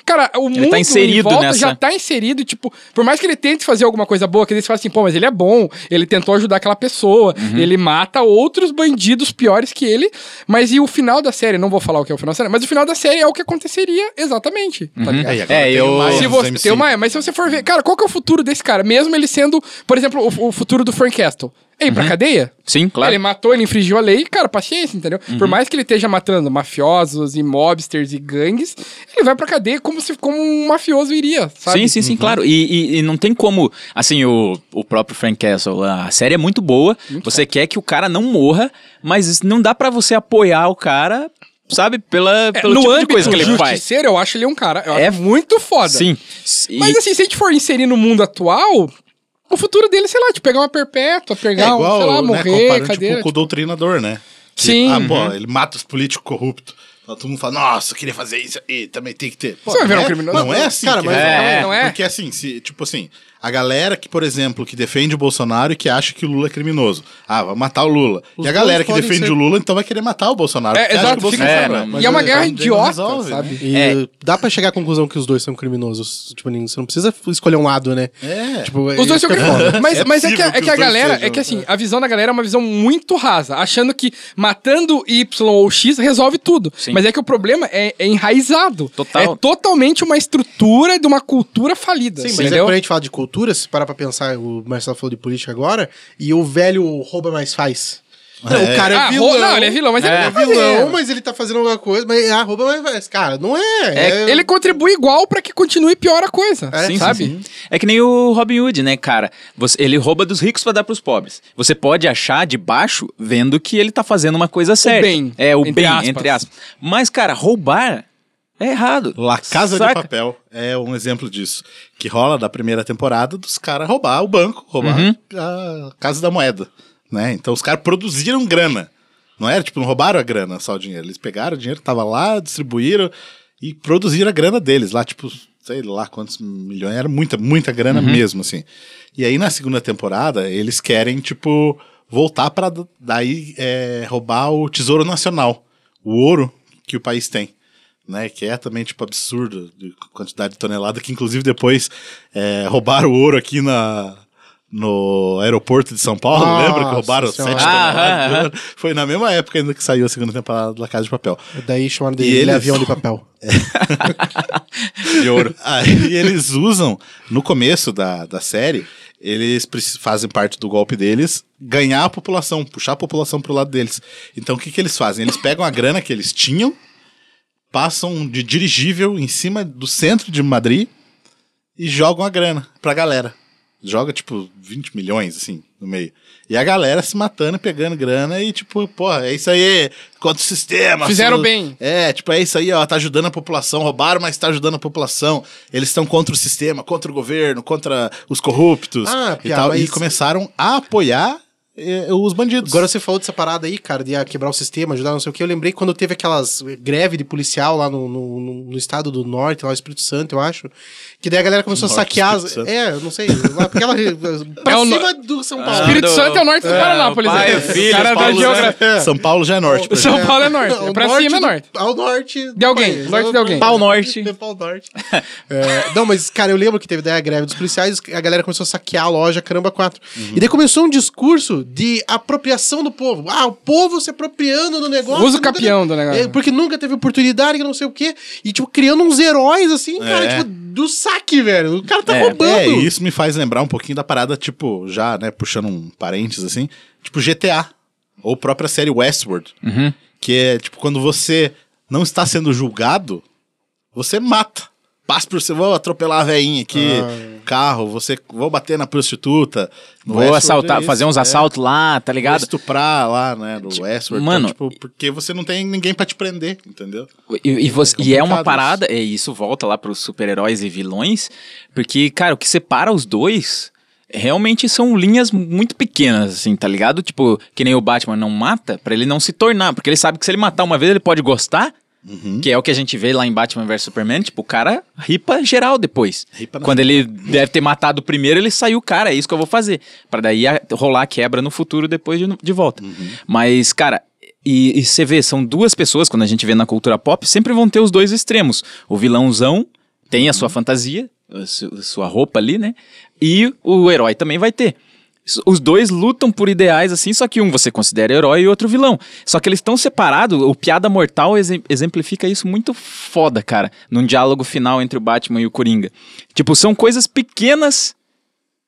S5: cara, o mundo
S4: tá inserido
S5: em volta
S4: nessa.
S5: já tá inserido, tipo, por mais que ele tente fazer alguma coisa boa, que ele fala assim, pô, mas ele é bom, ele tentou ajudar aquela pessoa,
S4: Uhum.
S5: ele mata outros bandidos piores que ele, mas e o final da série, não vou falar o que é o final da série, mas o final da série é o que aconteceria exatamente, tá ligado?
S2: Aí, agora
S4: É,
S2: tem
S4: eu-
S2: o Lions
S5: Se você,
S2: MC.
S5: tem uma, mas se você for ver, cara, qual que é o futuro desse cara? Mesmo ele sendo, por exemplo, o, o futuro do Frank Castle. Ei, pra cadeia?
S4: Sim, Uhum. claro. Uhum.
S5: Ele matou, ele infringiu a lei, cara, paciência, entendeu? Por mais que ele esteja matando mafiosos e mobsters e gangues, ele vai pra cadeia como se como um mafioso iria, sabe? Uhum.
S4: Sim, sim, sim, claro. E, e- e não tem como, assim, o, o próprio Frank Castle, a série é muito boa, você quer que o cara não morra, mas não dá pra você apoiar o cara, sabe, pela,
S5: É,
S4: pelo
S5: no
S4: tipo de
S5: âmbito
S4: coisa que ele faz.
S5: justiceiro, eu acho ele um cara. Eu
S4: É
S5: acho muito foda.
S4: Sim. E-
S5: Mas assim, se a gente for inserir no mundo atual, o futuro dele, sei lá, de pegar uma perpétua,
S2: É
S5: pegar um,
S2: igual,
S5: sei lá,
S2: né,
S5: morrer,
S2: comparando tipo,
S5: cadeira.
S2: com o doutrinador, né? Que,
S5: Sim. Uhum.
S2: Ah, pô, ele mata os políticos corruptos. Então, Todo mundo fala, nossa, eu queria fazer isso aí, também tem que ter. Pô,
S5: Você vai
S2: não
S5: virar um
S2: é-
S5: criminoso?
S2: Não é assim.
S3: Cara,
S2: que
S3: mas-
S2: resolve.
S5: É, não é?
S2: Porque assim, se, tipo assim, a galera que, por exemplo, que defende o Bolsonaro e que acha que o Lula é criminoso. Ah, vai matar o Lula.
S3: Os
S2: e a galera
S3: dois
S2: que
S3: podem
S2: defende
S3: ser-
S2: o Lula, então vai querer matar o Bolsonaro.
S5: É,
S2: porque acha que
S5: exato,
S2: o
S5: fica
S2: Bolsonaro-
S4: É,
S5: essa-
S2: mas
S5: E é uma
S2: ele-
S5: guerra
S2: ele não
S5: idiota,
S2: resolve, né?
S5: sabe?
S3: E dá pra chegar à conclusão que os dois são criminosos. Tipo, ninguém- você não precisa escolher um lado, né?
S2: É.
S3: Tipo,
S5: Os dois
S3: isso
S5: são
S3: que é foda.
S5: criminosos. Mas
S2: É
S5: é, mas é que, a-
S2: possível
S5: é
S2: que
S5: que a
S2: os dois
S5: galera,
S2: sejam, né?
S5: é que assim, a visão da galera é uma visão muito rasa, achando que matando Y ou X resolve tudo.
S4: Sim.
S5: Mas é que o problema é, é enraizado.
S4: Total.
S5: É totalmente uma estrutura de uma cultura falida. assim,
S3: Sim, mas é
S5: entendeu?
S3: quando a gente fala de cultura, se parar pra pensar, o Marcelo falou de política agora, e o velho rouba mais faz. Não, o cara é
S5: Ah,
S3: vilão.
S5: ro- não, ele é vilão, mas ele
S4: É.
S5: não
S3: É vilão, mas ele tá fazendo alguma coisa, mas ah, rouba mais faz. Cara, não é.
S5: É, ele contribui igual pra que continue pior a coisa,
S4: Sim,
S5: sabe?
S4: sim, sim. É que nem o Robin Hood, né, cara? Você- ele rouba dos ricos pra dar pros pobres. Você pode achar de baixo vendo que ele tá fazendo uma coisa certa.
S5: bem,
S4: É, o
S5: entre
S4: bem,
S5: aspas.
S4: entre aspas. Mas, cara, roubar é errado.
S2: La Casa de
S4: Saca?
S2: Papel é um exemplo disso. Que rola da primeira temporada dos caras roubar o banco, roubar a Casa da Moeda. Né? Então os caras produziram grana. Não era, tipo, não roubaram a grana, só o dinheiro. Eles pegaram o dinheiro que tava lá, distribuíram e produziram a grana deles. Lá, tipo, sei lá quantos milhões. Era muita, muita grana mesmo, assim. E aí na segunda temporada, eles querem, tipo, voltar pra d- daí é, roubar o Tesouro Nacional. O ouro que o país tem né? Que é também, tipo, absurdo de quantidade de tonelada, que inclusive depois é, roubaram o ouro aqui na, no aeroporto de São Paulo,
S3: Nossa
S2: lembra que roubaram
S3: Senhora.
S2: sete
S4: Ah,
S2: toneladas? de
S4: ah,
S2: ouro? Foi na mesma época ainda que saiu a segunda temporada da Casa de Papel.
S3: Daí chamaram
S2: E
S3: dele ele...
S2: eles-
S3: avião de papel.
S2: de ouro. Aí eles usam, no começo da, da série, eles preci- fazem parte do golpe deles ganhar a população, puxar a população pro lado deles. Então o que, que eles fazem? Eles pegam a grana que eles tinham, passam de dirigível em cima do centro de Madrid e jogam a grana pra galera. Joga, tipo, 20 milhões, assim, no meio. E a galera se matando, pegando grana e, tipo, porra, é isso aí, contra o sistema.
S5: Fizeram
S2: solu-
S5: bem.
S2: É, tipo, é isso aí, ó, tá ajudando a população, roubaram, mas tá ajudando a população. Eles estão contra o sistema, contra o governo, contra os corruptos
S3: Ah,
S2: e
S3: piá,
S2: tal. E
S3: mas-
S2: começaram a apoiar eh, os bandidos.
S3: Agora você falou dessa parada aí, cara, de ah, quebrar o sistema, ajudar não sei o que. Eu lembrei quando teve aquelas greve de policial lá no, no- no- no estado do norte, lá no Espírito Santo, eu acho. Que daí a galera começou
S2: Norte
S3: a saquear.
S2: do
S3: as-
S2: Espírito
S3: É, eu não sei. Lá, porque ela. pra
S5: É o no-
S3: cima do São Paulo.
S5: Espírito
S4: do-
S5: Santo é o norte de
S4: é,
S5: Paranapolis.
S4: o pai,
S5: né?
S4: o filho,
S5: o cara
S4: Paulo,
S5: da
S4: né?
S5: geografia.
S2: São Paulo já é norte. por exemplo.
S5: São Paulo é norte.
S3: Não,
S5: é
S3: o
S5: pra cima é
S3: do-
S5: norte.
S3: Ao norte.
S5: De alguém, norte de alguém.
S4: Pau norte.
S3: De pau norte. É, não, mas, cara, eu lembro que teve daí a greve dos policiais, a galera começou a saquear a loja Caramba 4. E daí começou um discurso de apropriação do povo. Ah, o povo se apropriando do negócio.
S5: Usa o
S3: nunca
S5: capião
S3: teve-
S5: do negócio.
S3: É, porque nunca teve oportunidade, que não sei o quê. E, tipo, criando uns heróis, assim, cara,
S2: É.
S3: tipo, do saque, velho. O cara tá
S4: É,
S3: roubando.
S2: É, e isso me faz lembrar um pouquinho da parada, tipo, já, né, puxando um parênteses assim, tipo GTA. Ou própria série Westworld.
S4: Uhum.
S2: Que é, tipo, quando você não está sendo julgado, você mata. Passa por você, vou atropelar a veinha aqui,
S3: Ah.
S2: carro, você vou bater na prostituta. No
S4: Vou
S2: Westworld é
S4: assaltar,
S2: isso,
S4: fazer uns
S2: é.
S4: assaltos lá, tá
S2: Vou
S4: ligado?
S2: Estuprar lá, né, no Westworld.
S4: mano-
S2: então, tipo, porque você não tem ninguém pra te prender, entendeu?
S4: E, e você- e é uma
S2: complicado
S4: parada, é isso volta lá pros super-heróis e vilões, porque, cara, o que separa os dois realmente são linhas muito pequenas, assim, tá ligado? Tipo, que nem o Batman não mata pra ele não se tornar, porque ele sabe que se ele matar uma vez ele pode gostar,
S2: Uhum.
S4: que é o que a gente vê lá em Batman vs Superman, tipo, o cara ripa geral depois.
S2: Ripa na
S4: Quando ele deve ter matado o primeiro, ele saiu, cara, é isso que eu vou fazer. Pra daí a- rolar a quebra no futuro depois de, de volta.
S2: Uhum.
S4: Mas, cara, e, e você vê, são duas pessoas, quando a gente vê na cultura pop, sempre vão ter os dois extremos. O vilãozão tem a sua fantasia, a su- a sua roupa ali, né? E o herói também vai ter. S- Os dois lutam por ideais assim, só que um você considera herói e outro vilão. Só que eles estão separados. O Piada Mortal exem- exemplifica isso muito foda, cara. Num diálogo final entre o Batman e o Coringa. Tipo, são coisas pequenas,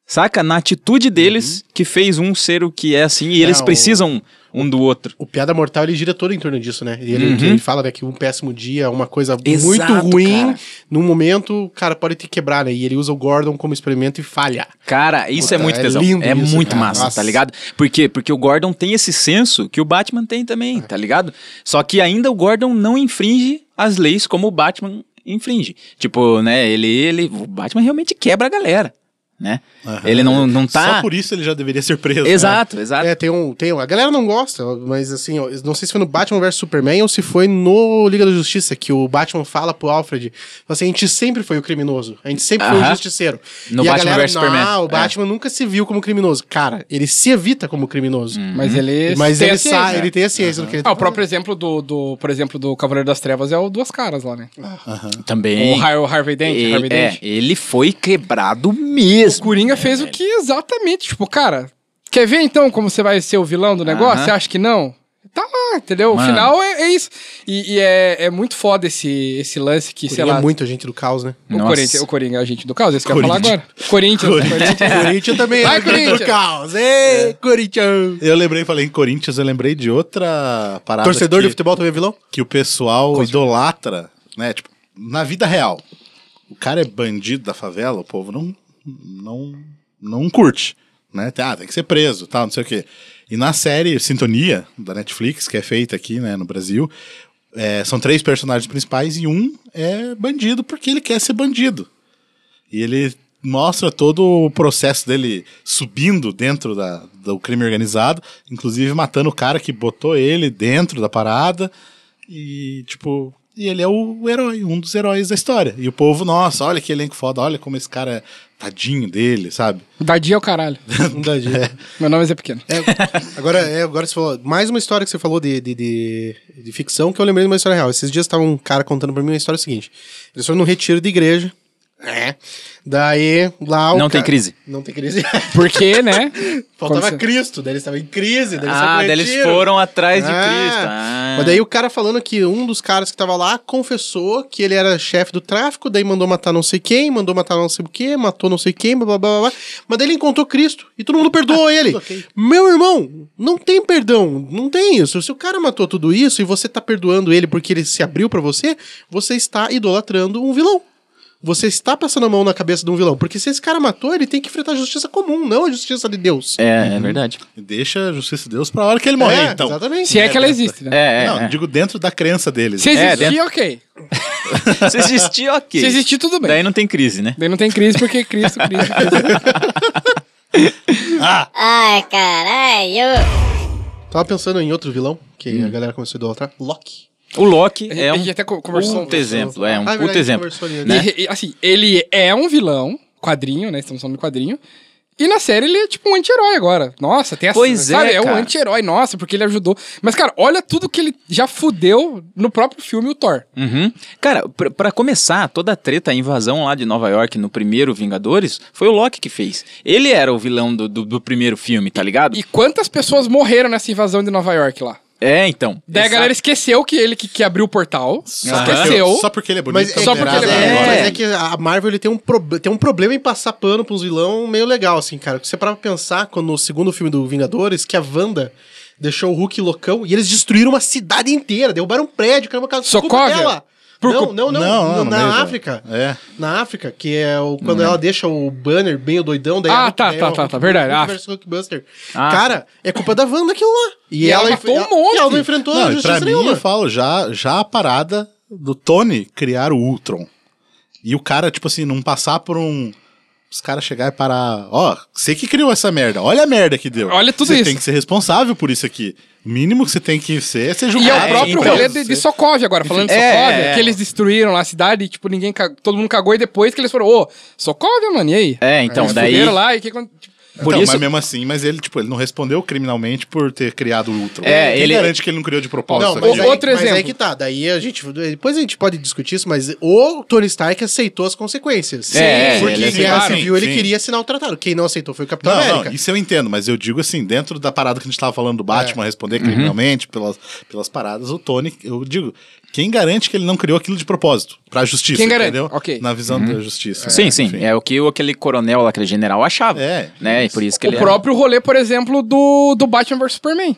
S4: saca? Na atitude deles que fez um ser o que é assim. E eles
S3: o-
S4: precisam um do outro.
S3: O Piada Mortal, ele gira todo em torno disso, né? Ele, ele fala né, que um péssimo dia, uma coisa
S4: Uhum. Exato,
S3: muito ruim,
S4: cara.
S3: num momento, o cara pode te quebrar, né? E ele usa o Gordon como experimento e falha.
S4: Cara, isso
S3: Puta,
S4: é muito
S3: é
S4: tesão.
S3: lindo
S4: é
S3: isso,
S4: muito
S3: cara.
S4: massa,
S3: Nossa.
S4: tá ligado? Por quê? Porque o Gordon tem esse senso que o Batman tem também, tá ligado? Só que ainda o Gordon não infringe as leis como o Batman infringe. Tipo, né, ele ele o Batman realmente quebra a galera. né? Ele não, não tá...
S2: Só por isso ele já deveria ser preso. né?
S4: Exato, exato.
S3: É, tem um, tem um. A galera não gosta, mas assim, ó, não sei se foi no Batman vs Superman ou se foi no Liga da Justiça que o Batman fala pro Alfred, fala assim, a gente sempre foi o criminoso, a gente sempre foi o
S4: Aham.
S3: justiceiro.
S4: No
S3: e a
S4: Batman
S3: galera,
S4: versus Superman.
S3: Não, o
S4: É.
S3: Batman nunca se viu como criminoso. Cara, ele se evita como criminoso.
S4: Hum.
S5: Mas ele.
S3: Uhum. Mas
S5: tem
S3: ele,
S5: a ciência,
S3: sai,
S5: né?
S3: ele tem a ciência do que ele
S5: Ah,
S3: tá
S5: o próprio exemplo do, do, por exemplo, do Cavaleiro das Trevas é o Duas Caras lá, né?
S4: Também.
S5: O, Har o Harvey Dent. Harvey
S4: ele, é,
S5: Dent.
S4: ele foi quebrado
S5: O
S4: mesmo.
S5: Coringa fez o que exatamente, tipo, cara, quer ver então como você vai ser o vilão do negócio?
S4: Aham.
S5: Você acha que não? Tá lá, entendeu?
S4: Mano.
S5: O final é, é isso. E, e é, é muito foda esse, esse lance que,
S3: fazendo.
S5: sei
S3: Ele
S5: lá...
S3: é muito gente do caos, né?
S5: O
S4: Nossa.
S5: Corinthians, o Coringa é a gente do caos, esse que eu ia falar agora. Corinthians. né? Corinthians.
S3: Corinthians também
S5: Vai,
S3: é gente do
S5: Corinthians!
S3: caos. Ei, Corinthians!
S2: Eu lembrei, falei em Corinthians, eu lembrei de outra parada.
S3: Torcedor
S2: que,
S3: de futebol também é vilão?
S2: que o pessoal idolatra, né? Tipo, na vida real. O cara é bandido da favela, o povo não não não curte, né? Tem- Ah, tem que ser preso, tal, não sei o quê. E na série Sintonia da Netflix, que é feita aqui, né, no Brasil, é, são três personagens principais e um é bandido porque ele quer ser bandido. E ele mostra todo o processo dele subindo dentro da, do crime organizado, inclusive matando o cara que botou ele dentro da parada. E, tipo, e ele é o herói, um dos heróis da história. E o povo, nossa, olha que elenco foda, olha como esse cara é tadinho dele, sabe?
S5: Dadinho é o caralho.
S3: Não dá jeito.
S5: Meu nome é pequeno.
S3: É, agora, é, agora você falou. Mais uma história que você falou de, de, de, de ficção que eu lembrei de uma história real. Esses dias estava um cara contando pra mim uma história seguinte: eles foram num retiro de igreja. É. Daí, lá o.
S4: Não tem
S3: cara-
S4: crise.
S3: Não tem crise.
S5: Porque, né?
S3: Faltava
S5: Quando você-
S3: Cristo, daí eles estavam em crise. Daí eles
S4: ah,
S3: foram
S4: daí
S3: pro
S4: eles
S3: retiro.
S4: foram atrás de
S3: Ah,
S4: Cristo. Ah.
S3: é Mas daí o cara falando que um dos caras que tava lá confessou que ele era chefe do tráfico, daí mandou matar não sei quem, mandou matar não sei o que, matou não sei quem, blá blá blá blá. Mas daí ele encontrou Cristo e todo mundo perdoou ele. Meu irmão, não tem perdão, não tem isso. Se o cara matou tudo isso e você tá perdoando ele porque ele se abriu pra você, você está idolatrando um vilão. Você está passando a mão na cabeça de um vilão. Porque se esse cara matou, ele tem que enfrentar a justiça comum, não a justiça de Deus.
S4: É, é verdade.
S2: E deixa a justiça de Deus pra hora que ele morrer, então.
S3: Exatamente.
S5: Se é que ela existe, né?
S4: É, é.
S2: Não,
S4: é.
S2: digo dentro da crença deles.
S5: Se
S4: É,
S5: existir,
S4: dentro-
S5: ok.
S4: Se existir, ok.
S5: Se existir, tudo bem.
S4: Daí não tem crise, né?
S5: Daí não tem crise porque Cristo, Cristo, Cristo.
S2: Ah,
S6: Ai, caralho!
S3: Tava pensando em outro vilão que a galera começou a idolatrar. Loki.
S4: O Loki
S5: A gente-
S4: é
S5: a
S4: um
S5: gente até co- conversou um
S4: puta exemplo. É, um
S3: Ah, verdade,
S4: puta
S3: a gente
S4: exemplo.
S3: conversou ali,
S4: né?
S5: E, e, assim, ele é um vilão, quadrinho, né? Estamos falando de quadrinho. E na série ele é tipo um anti-herói agora. Nossa, tem essa.
S4: Pois é,
S5: sabe? um
S4: cara.
S5: anti-herói, nossa, porque ele ajudou. Mas, cara, olha tudo que ele já fudeu no próprio filme, o Thor.
S4: Uhum. Cara, pra, pra começar, toda a treta, a invasão lá de Nova York no primeiro Vingadores, foi o Loki que fez. Ele era o vilão do, do, do primeiro filme, tá ligado?
S5: E quantas pessoas morreram nessa invasão de Nova York lá?
S4: É, então.
S5: Daí a
S4: Exato.
S5: galera esqueceu que ele que, que abriu o portal.
S2: só, porque,
S5: Esqueceu.
S2: só porque ele é bonito.
S3: Mas,
S5: Só porque ele
S3: é,
S5: é
S3: mas
S4: bonito.
S3: é que a Marvel ele tem, um prob- tem um problema em passar pano pros vilão meio legal, assim, cara. Você para pra pensar quando no segundo filme do Vingadores, que a Wanda deixou o Hulk loucão e eles destruíram uma cidade inteira, derrubaram um prédio, caramba, casa
S5: Sokovia? Por
S3: Não,
S5: cu-
S3: não, não,
S2: Não, não,
S3: no-
S2: no
S3: na
S2: meio da-
S3: África.
S2: É. Uhum.
S3: Na África, que é o- quando ela deixa o banner bem o doidão daí
S5: Ah,
S3: a-
S5: tá,
S3: daí
S5: tá,
S3: o
S5: tá,
S3: Hulk-
S5: tá, verdade,
S3: Hulk
S5: ah.
S3: versus Hulkbuster.
S4: Ah.
S3: Cara, é culpa da Wanda aquilo lá. E, ela,
S5: ela matou um monte.
S3: E ela não enfrentou
S2: Não, e pra
S3: justiça
S2: mim,
S3: nenhuma.
S2: eu falo, já, já a parada do Tony criar o Ultron. E o cara, tipo assim, não passar por um. Os caras chegar e parar. Ó, você que criou essa merda. Olha a merda que deu.
S5: Olha tudo
S2: Você
S5: isso.
S2: tem que ser responsável por isso aqui. O mínimo que você tem que ser é ser
S5: E é
S2: julgado.
S5: o próprio
S4: então,
S5: rolê de, de Sokovia agora, falando de
S4: é,
S5: Sokovia,
S4: é.
S5: que eles destruíram lá a cidade e, tipo, ninguém ca- todo mundo cagou e depois que eles foram, ô, Sokovia, mano, e aí?
S4: É, então,
S5: Eles
S4: daí.
S5: fuderam lá e que quando- tipo,
S4: Por
S2: então,
S4: isso-
S2: Mas mesmo assim, mas ele, tipo, ele não respondeu criminalmente por ter criado o Ultron.
S4: É,
S2: Quem
S4: ele-
S2: garante que ele não criou de propósito.
S5: Não,
S2: aquilo?
S5: mas aí- Outro
S3: mas
S5: exemplo.
S3: aí que tá. Daí a gente. Depois a gente pode discutir isso, mas o Tony Stark aceitou as consequências.
S4: É,
S3: Porque
S4: ele
S3: em Guerra
S2: aceitou,
S3: Civil ele
S2: sim.
S3: queria assinar o tratado. Quem não aceitou foi o
S5: Tá
S3: Capitão
S2: Não,
S3: América.
S2: não, isso eu entendo, mas eu digo assim, dentro da parada que a gente tava falando
S5: É.
S2: do Batman, responder criminalmente
S5: Uhum.
S2: pelas, pelas paradas, o Tony, eu digo, quem garante que ele não criou aquilo de propósito? Pra justiça,
S5: Quem garante?
S2: entendeu?
S5: Ok.
S2: Na visão da justiça.
S4: Uhum. Sim,
S2: né?
S4: sim.
S2: Enfim.
S4: É o que o- aquele coronel lá, aquele general achava.
S2: É,
S4: Né? E por isso que ele
S5: o
S4: era-
S5: próprio rolê, por exemplo, do, do Batman vs Superman.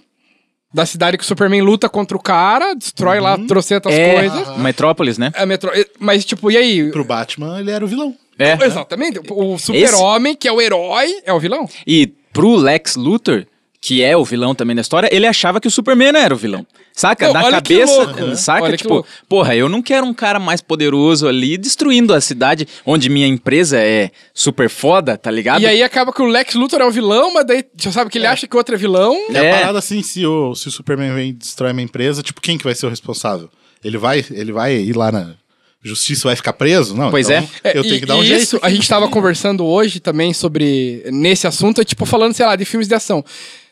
S5: Da cidade que o Superman luta contra o cara, destrói lá, trocentas
S4: é,
S5: coisas.
S4: Metrópolis, né?
S5: A metro... e- Mas, tipo, e aí?
S2: Pro Batman, ele era o vilão.
S5: Então,
S4: É.
S5: Exatamente. O super-homem, que é o herói, é o vilão.
S4: E pro Lex Luthor, que é o vilão também da história, ele achava que o Superman era o vilão. Saca?
S5: Não,
S4: da
S5: olha que
S4: cabeça.
S5: louco, né?
S4: Saca?
S5: Olha que
S4: tipo,
S5: louco.
S4: porra, eu não quero um cara mais poderoso ali destruindo a cidade onde minha empresa é super foda, tá ligado?
S5: E aí acaba que o Lex Luthor é o vilão, mas daí já sabe que ele acha que o outro é vilão.
S2: É,
S4: É.
S2: a parada assim, se o, se o Superman vem e destrói uma empresa, tipo, quem que vai ser o responsável? Ele vai, ele vai ir lá na justiça, vai ficar preso? Não,
S4: Pois
S2: então
S5: É,
S2: eu
S5: e-
S2: tenho que dar um
S5: e
S2: jeito.
S5: isso, a gente tava conversando hoje também sobre nesse assunto, é tipo falando, sei lá, de filmes de ação.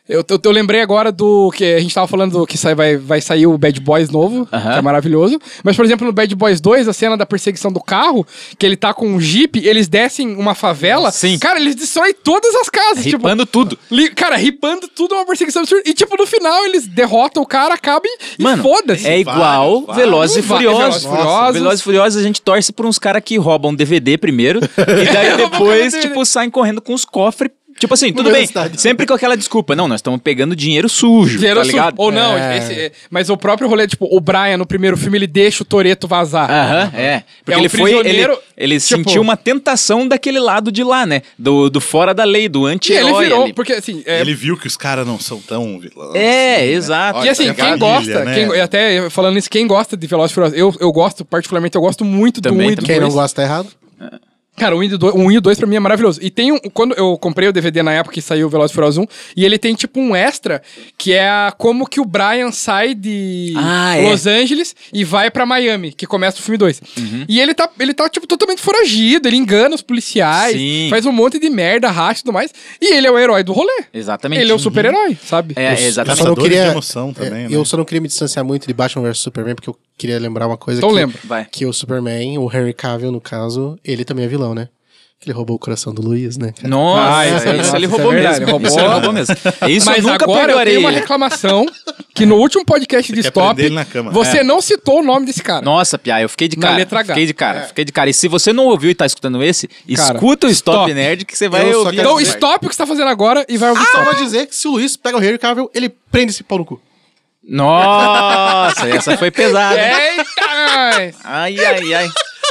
S5: Eu, eu, eu lembrei agora do que a gente tava falando do que sai, vai, vai sair o Bad Boys novo, que é maravilhoso. Mas, por exemplo, no Bad Boys 2, a cena da perseguição do carro, que ele tá com um jeep, eles descem uma favela.
S4: Sim.
S5: Cara, eles destroem todas as casas. tipo,
S4: Ripando tudo.
S5: li- cara, ripando tudo, é uma perseguição absurda. E, tipo, no final, eles derrotam o cara, acaba e, e
S4: Mano,
S5: foda-se.
S4: é igual
S2: vários.
S4: Velozes e
S5: Vai-
S4: Furiosos.
S5: Velozes e Furiosos.
S4: Velozes e Furiosos, a gente torce por uns caras que roubam DVD primeiro e daí depois,
S5: DVD.
S4: tipo, saem correndo com os cofres. Tipo assim, tudo
S2: meio
S4: bem,
S2: da cidade.
S4: sempre com aquela desculpa. Não, nós estamos pegando dinheiro sujo,
S5: Dinheiro
S4: tá
S5: sujo.
S4: ligado?
S5: Ou não, esse- é, mas o próprio rolê, tipo, o Brian no primeiro filme, ele deixa o Toreto vazar.
S4: Aham, é. Porque
S5: É um
S4: ele foi. Ele,
S5: prisioneiro,
S4: ele
S5: tipo-
S4: sentiu uma tentação daquele lado de lá, né? Do, do fora da lei, do
S5: E ele
S4: anti-herói.
S5: virou,
S4: ali.
S5: porque assim... é-
S2: Ele viu que os caras não são tão vilões.
S4: É, exato.
S5: e assim,
S2: Olha,
S5: quem
S2: família,
S5: gosta,
S2: né?
S5: quem- e até falando isso, quem gosta de Velozes e Furiosos, eu, eu gosto, particularmente, eu gosto muito
S4: Também,
S5: do 1 e do
S4: também.
S3: Quem não
S5: 2.
S3: gosta tá errado.
S5: Cara, o 1 e do 2, o 1 e o 2 pra mim é maravilhoso. E tem um, quando eu comprei o DVD na época que saiu o Velozes e Furiosos 1, e ele tem tipo um extra, que é a- como que o Brian sai de
S4: Ah, é.
S5: Los Angeles e vai pra Miami, que começa o filme 2.
S4: Uhum.
S5: E ele tá, ele tá tipo totalmente foragido, ele engana os policiais,
S4: Sim.
S5: faz um monte de merda, racha e tudo mais, e ele é o herói do rolê.
S4: Exatamente. Uhum.
S5: Ele é o super-herói, sabe?
S4: É, é,
S2: Eu
S4: exatamente.
S2: só não
S3: Caçadores
S2: queria...
S3: de
S2: emoção também,
S3: É,
S2: né?
S3: Eu só não queria me distanciar muito de Batman vs Superman, porque eu queria lembrar uma coisa
S5: Então
S3: que,
S5: lembra.
S4: Vai.
S3: que o Superman, o Henry Cavill, no caso, ele também é vilão, né? Que ele roubou o coração do Luiz, né? cara?
S4: Nossa,
S5: Ah,
S4: isso,
S5: isso é-
S4: ele
S5: isso é
S4: roubou
S5: verdade,
S4: mesmo.
S5: roubou.
S4: Isso ele roubou mesmo. Isso
S5: Mas
S4: eu nunca
S5: agora eu
S4: perdoarei
S5: tenho uma
S4: ele.
S5: reclamação que no último podcast de
S2: quer
S5: Stop,
S2: prender ele na cama. É.
S5: você não citou o nome desse cara.
S4: Nossa, Pia, eu fiquei de
S5: Na
S4: cara.
S5: letra H. É.
S4: Fiquei de cara, fiquei de cara. E se você não ouviu e tá escutando esse,
S5: Cara,
S4: escuta o Stop,
S5: stop.
S4: Nerd que você vai
S3: Eu só
S4: ouvir.
S3: quero
S5: Então,
S3: dizer-
S5: stop o que você tá fazendo agora e vai ouvir
S3: Eu
S5: só
S3: só vou dizer que se o Luiz pega o Henry Cavill, ele prende esse pau no cu.
S4: Nossa, essa foi pesada.
S5: É.
S4: hein?
S5: Eita!
S4: Ai, ai, ai.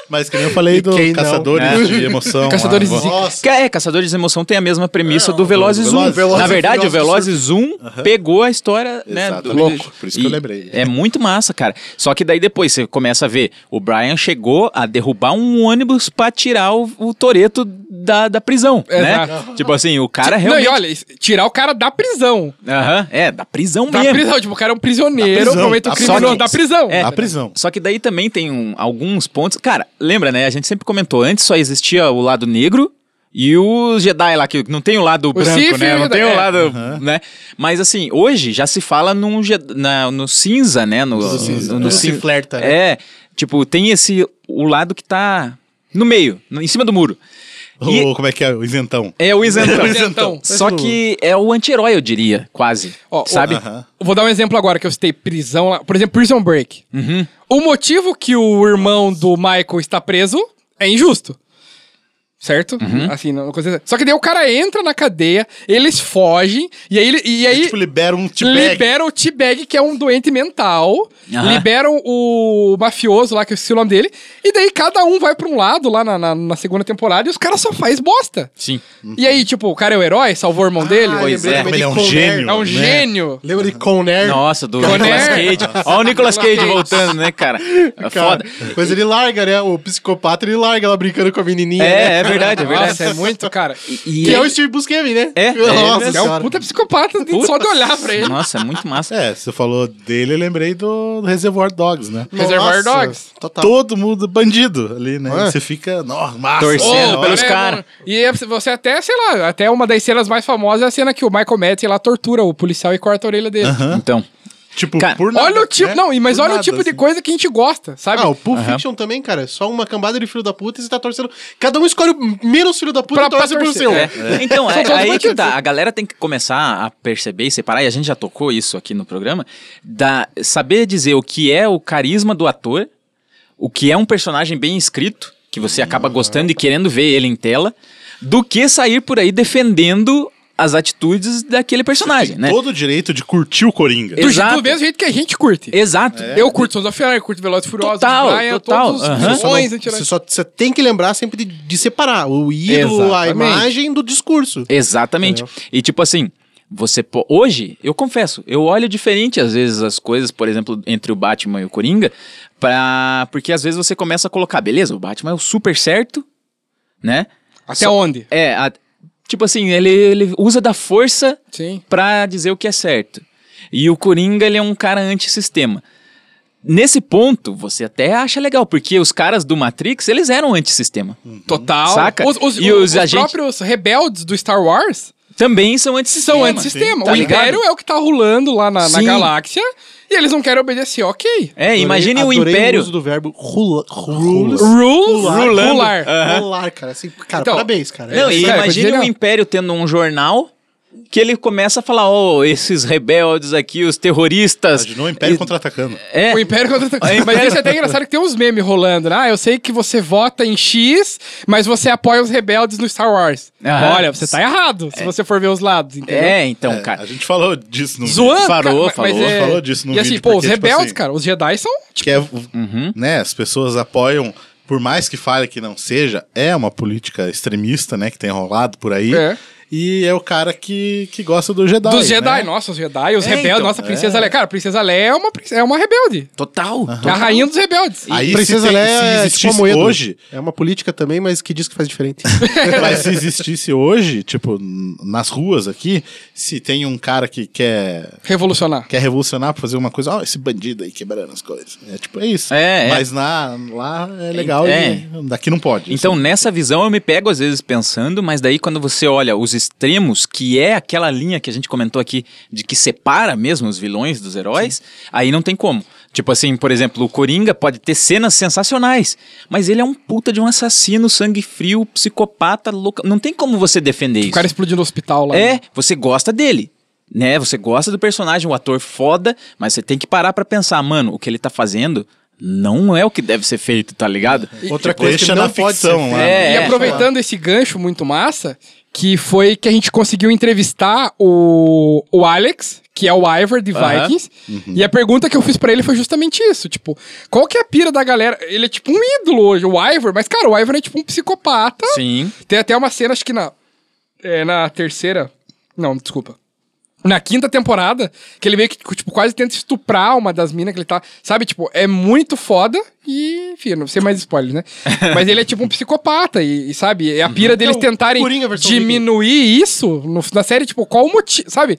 S2: Mas que nem eu falei do
S3: quem não,
S2: Caçadores
S4: né?
S2: de Emoção.
S5: Caçadores
S2: lá,
S5: de Zica.
S4: Que É, Caçadores de Emoção tem a mesma premissa do Velozes
S2: do
S4: 1.
S2: Velozes. Velozes
S4: Na verdade,
S2: e
S4: o Velozes 1 pegou a história, né?
S2: Exato,
S4: do-
S2: louco. Por isso que
S4: E
S2: eu lembrei.
S4: É muito massa, cara. Só que daí depois você começa a ver, o Brian chegou a derrubar um ônibus pra tirar o, o Toreto da, da prisão, né?
S5: Exato.
S4: Tipo assim, o cara
S5: Não,
S4: realmente...
S5: e olha, isso- tirar o cara da prisão.
S4: Aham, é, da prisão
S5: Da
S4: mesmo.
S5: prisão, tipo, o cara é um prisioneiro,
S2: prisão,
S5: aproveita o
S2: tá
S5: crime
S4: só
S5: no-
S4: que-
S5: da prisão.
S4: É.
S2: Na prisão.
S4: Só que daí também tem um- alguns pontos. Cara, lembra, né? A gente sempre comentou antes só existia o lado negro e o Jedi lá, que não tem o lado branco,
S5: Sith e
S4: né?
S5: o
S4: Não
S5: Jedi,
S4: tem o
S5: é.
S4: lado. né? Mas assim, hoje já se fala num, Je- na- no cinza, né? No, no,
S2: cinza.
S4: no
S2: Não
S4: cin-
S3: se flerta, né?
S4: É. Tipo, tem esse. O lado que tá no meio, no- em cima do muro. E-
S2: Ou como é que é? O isentão.
S4: é o
S5: Então,
S4: isentão.
S5: Isentão.
S4: Só que é o anti-herói, eu diria, quase.
S5: Ó, o-
S4: sabe?
S2: Aham.
S5: Eu Vou dar um exemplo agora que eu citei prisão lá. Por exemplo, Prison Break.
S4: Uhum.
S5: O motivo que o irmão do Michael está preso é injusto. Certo?
S4: Uhum.
S5: Assim, não, não consigo- Só que daí o cara entra na cadeia, eles fogem, e aí. ele- E aí
S2: Tipo, libera um t
S5: Liberam o T-Bag, que é um doente mental.
S4: Aham.
S5: Liberam o mafioso lá, que eu esqueci o nome dele. E daí cada um vai pra um lado lá na, na- na segunda temporada e os caras só faz bosta.
S4: Sim.
S5: E aí, tipo, o cara é o herói, salvou o irmão dele.
S4: pois
S3: lembrei
S4: é.
S2: Ele
S3: também Ah, de
S2: é um
S3: Con Air.
S2: gênio.
S5: É um
S2: né?
S5: gênio.
S3: Lembra de Conner?
S4: Nossa, do
S5: Conner.
S4: Nicolas Cage. Olha o Nicolas Cage
S5: Cage.
S4: voltando, né, cara? É Foda.
S3: Mas ele larga, né? O psicopata, ele larga ela brincando com a menininha. né?
S4: É, é verdade, é verdade.
S5: Nossa, é muito, cara.
S4: E-
S3: Que é o Steve Buscemi, né?
S4: É, é,
S3: Nossa,
S4: ele
S5: É um
S3: senhora.
S5: puta psicopata de-
S4: Puta-
S5: só de olhar pra ele.
S4: Nossa, é muito massa.
S2: É, você falou dele, eu lembrei do, do Reservoir Dogs, né?
S5: Reservoir
S3: Nossa,
S5: Dogs.
S3: Total.
S2: Todo mundo bandido ali, né?
S3: Ah.
S2: Você fica, nossa, massa.
S4: Torcendo.
S2: ó,
S4: pelos
S5: é,
S4: cara.
S5: mano. E é- você até, sei lá, até uma das cenas mais famosas é a cena que o Michael Madsen lá tortura o policial e corta a orelha dele.
S4: Então,
S2: Tipo,
S4: Cara,
S2: por nada,
S5: Olha o tipo,
S2: né?
S5: não, e- mas
S2: Por
S5: olha o
S2: nada,
S5: tipo de
S2: assim.
S5: coisa que a gente gosta, sabe?
S3: Ah, o Pulp Fiction também, cara. é Só uma cambada de filho da puta e você tá torcendo. Cada um escolhe o menos filho da puta
S5: Pra-
S3: e torce
S5: pra
S3: pro
S5: torcer,
S3: seu.
S5: é.
S4: é. então
S5: São
S4: é,
S5: todos
S4: aí que
S5: bandidos.
S4: tá. A galera tem que começar a perceber e separar, e a gente já tocou isso aqui no programa, da, saber dizer o que é o carisma do ator, o que é um personagem bem escrito, que você acaba gostando e querendo ver ele em tela, do que sair por aí defendendo as atitudes daquele personagem, né?
S2: Todo o direito de curtir o Coringa.
S5: do,
S4: exato.
S5: je- do mesmo jeito que a gente curte.
S4: Exato.
S5: Eu curto Sons of Fire, curto Velozes e Furiosos,
S4: Total,
S5: Brian,
S4: total,
S5: todos os
S4: aham.
S3: Você só não-
S5: vilões,
S3: Você
S5: anti-heróis.
S3: só você tem que lembrar sempre de, de separar o ídolo, a
S4: Exatamente.
S3: imagem do discurso.
S4: Exatamente. E tipo assim, Você po- hoje, eu confesso, eu olho diferente às vezes as coisas, por exemplo, entre o Batman e o Coringa, pra, porque às vezes você começa a colocar, beleza, o Batman é o super certo, né?
S5: Até
S4: Só-
S5: onde?
S4: É, a- tipo assim, ele, ele usa da força
S5: Sim.
S4: pra dizer o que é certo. E o Coringa, ele é um cara antissistema. Nesse ponto, você até acha legal, porque os caras do Matrix, eles eram antissistema.
S5: Hum. Total.
S4: Uhum. Saca?
S5: Os, os-
S4: E
S5: os-
S4: os
S5: os
S4: agentes-
S5: próprios rebeldes do Star Wars
S4: Também são antissistema.
S5: são antissistema.
S4: Tá
S5: o
S4: ligado?
S5: Império é o que tá rolando lá na, na
S4: Sim.
S5: galáxia e eles não querem obedecer, ok.
S4: É, imagine o
S3: Adorei- adorei
S4: Império.
S3: O uso do verbo rula, rules.
S5: Rule,
S3: Rular.
S5: rulando.
S4: Rular. É. Aham.
S3: Rular, cara. Assim, cara,
S5: Então,
S3: parabéns, cara.
S4: Não,
S5: É,
S4: e
S5: cara,
S4: imagine
S5: genial.
S4: o Império tendo um jornal que ele começa a falar, oh, esses rebeldes aqui, os terroristas.
S5: um
S2: Imaginou o Império contra-atacando.
S4: É,
S5: O um Império contra Mas isso é até engraçado que tem uns memes rolando, né? Ah, eu sei que você vota em X, mas você apoia os rebeldes no Star Wars.
S4: Aham.
S5: Olha, você tá errado se você for ver os lados, entendeu?
S4: é então,
S2: É,
S4: cara.
S2: a gente falou disso no
S5: Zoando,
S2: vídeo.
S4: Falou,
S5: cara, mas
S4: falou,
S5: é-
S2: falou disso no
S5: E assim,
S2: vídeo,
S5: pô, os
S2: porque, tipo
S5: rebeldes,
S2: assim-
S5: cara, os Jedi são...
S2: Que é,
S4: Uhum.
S2: né, as pessoas apoiam, por mais que fale que não seja, é uma política extremista, né, que tem rolado por aí.
S5: É.
S2: E é o cara que, que gosta do Jedi,
S5: Dos Jedi,
S2: né?
S5: nossa, os Jedi, os
S4: É,
S5: rebeldes,
S4: então,
S5: nossa, a Princesa Leia. Cara, a Princesa Leia é uma, prin- é uma rebelde.
S4: Total.
S5: É a rainha dos rebeldes.
S2: Aí se
S3: Princesa
S2: tem-
S3: Leia
S2: se
S3: é
S2: existisse
S3: tipo Amoedo.
S2: hoje,
S3: É uma política também, mas que diz que faz diferente.
S2: Mas se existisse hoje, tipo, n- nas ruas aqui, se tem um cara que quer,
S5: Revolucionar.
S2: quer revolucionar pra fazer uma coisa, ó, esse bandido aí quebrando as coisas. É tipo, é isso.
S4: É, é.
S2: Mas na, lá é legal
S4: É.
S2: e daqui não pode.
S4: Então, nessa visão, eu me pego às vezes pensando, mas daí quando você olha os extremos, que é aquela linha que a gente comentou aqui, de que separa mesmo os vilões dos heróis, aí não tem como. Tipo assim, por exemplo, o Coringa pode ter cenas sensacionais, mas ele é um puta de um assassino, sangue frio, psicopata, louca. Não tem como você defender isso.
S5: O cara explodiu no hospital lá.
S4: É,
S5: né?
S4: você gosta dele. Né? Você gosta do personagem, o ator foda, mas você tem que parar pra pensar, mano, o que ele tá fazendo não é o que deve ser feito, tá ligado?
S3: Outra
S2: Tipo, deixa na ficção lá.
S4: feita.
S5: E
S4: É,
S5: aproveitando esse gancho muito massa, que foi que a gente conseguiu entrevistar o, o Alex, que é o Ivor de
S4: Aham.
S5: Vikings.
S2: Uhum.
S5: E a pergunta que eu fiz pra ele foi justamente isso. Tipo, qual que é a pira da galera? Ele é tipo um ídolo hoje, o Ivor. Mas, cara, o Ivor é tipo um psicopata.
S4: Sim.
S5: Tem até uma cena, acho que na. É, na terceira. Não, desculpa. Na quinta temporada, que ele meio que, tipo, quase tenta estuprar uma das minas que ele tá. Sabe, tipo, é muito foda e, enfim, não sei mais spoiler, né? Mas ele é tipo um psicopata e, e, sabe, é a
S4: Uhum.
S5: pira deles
S3: É o
S5: tentarem
S3: Coringa versão
S5: diminuir isso no- na série, tipo, qual o motivo, sabe?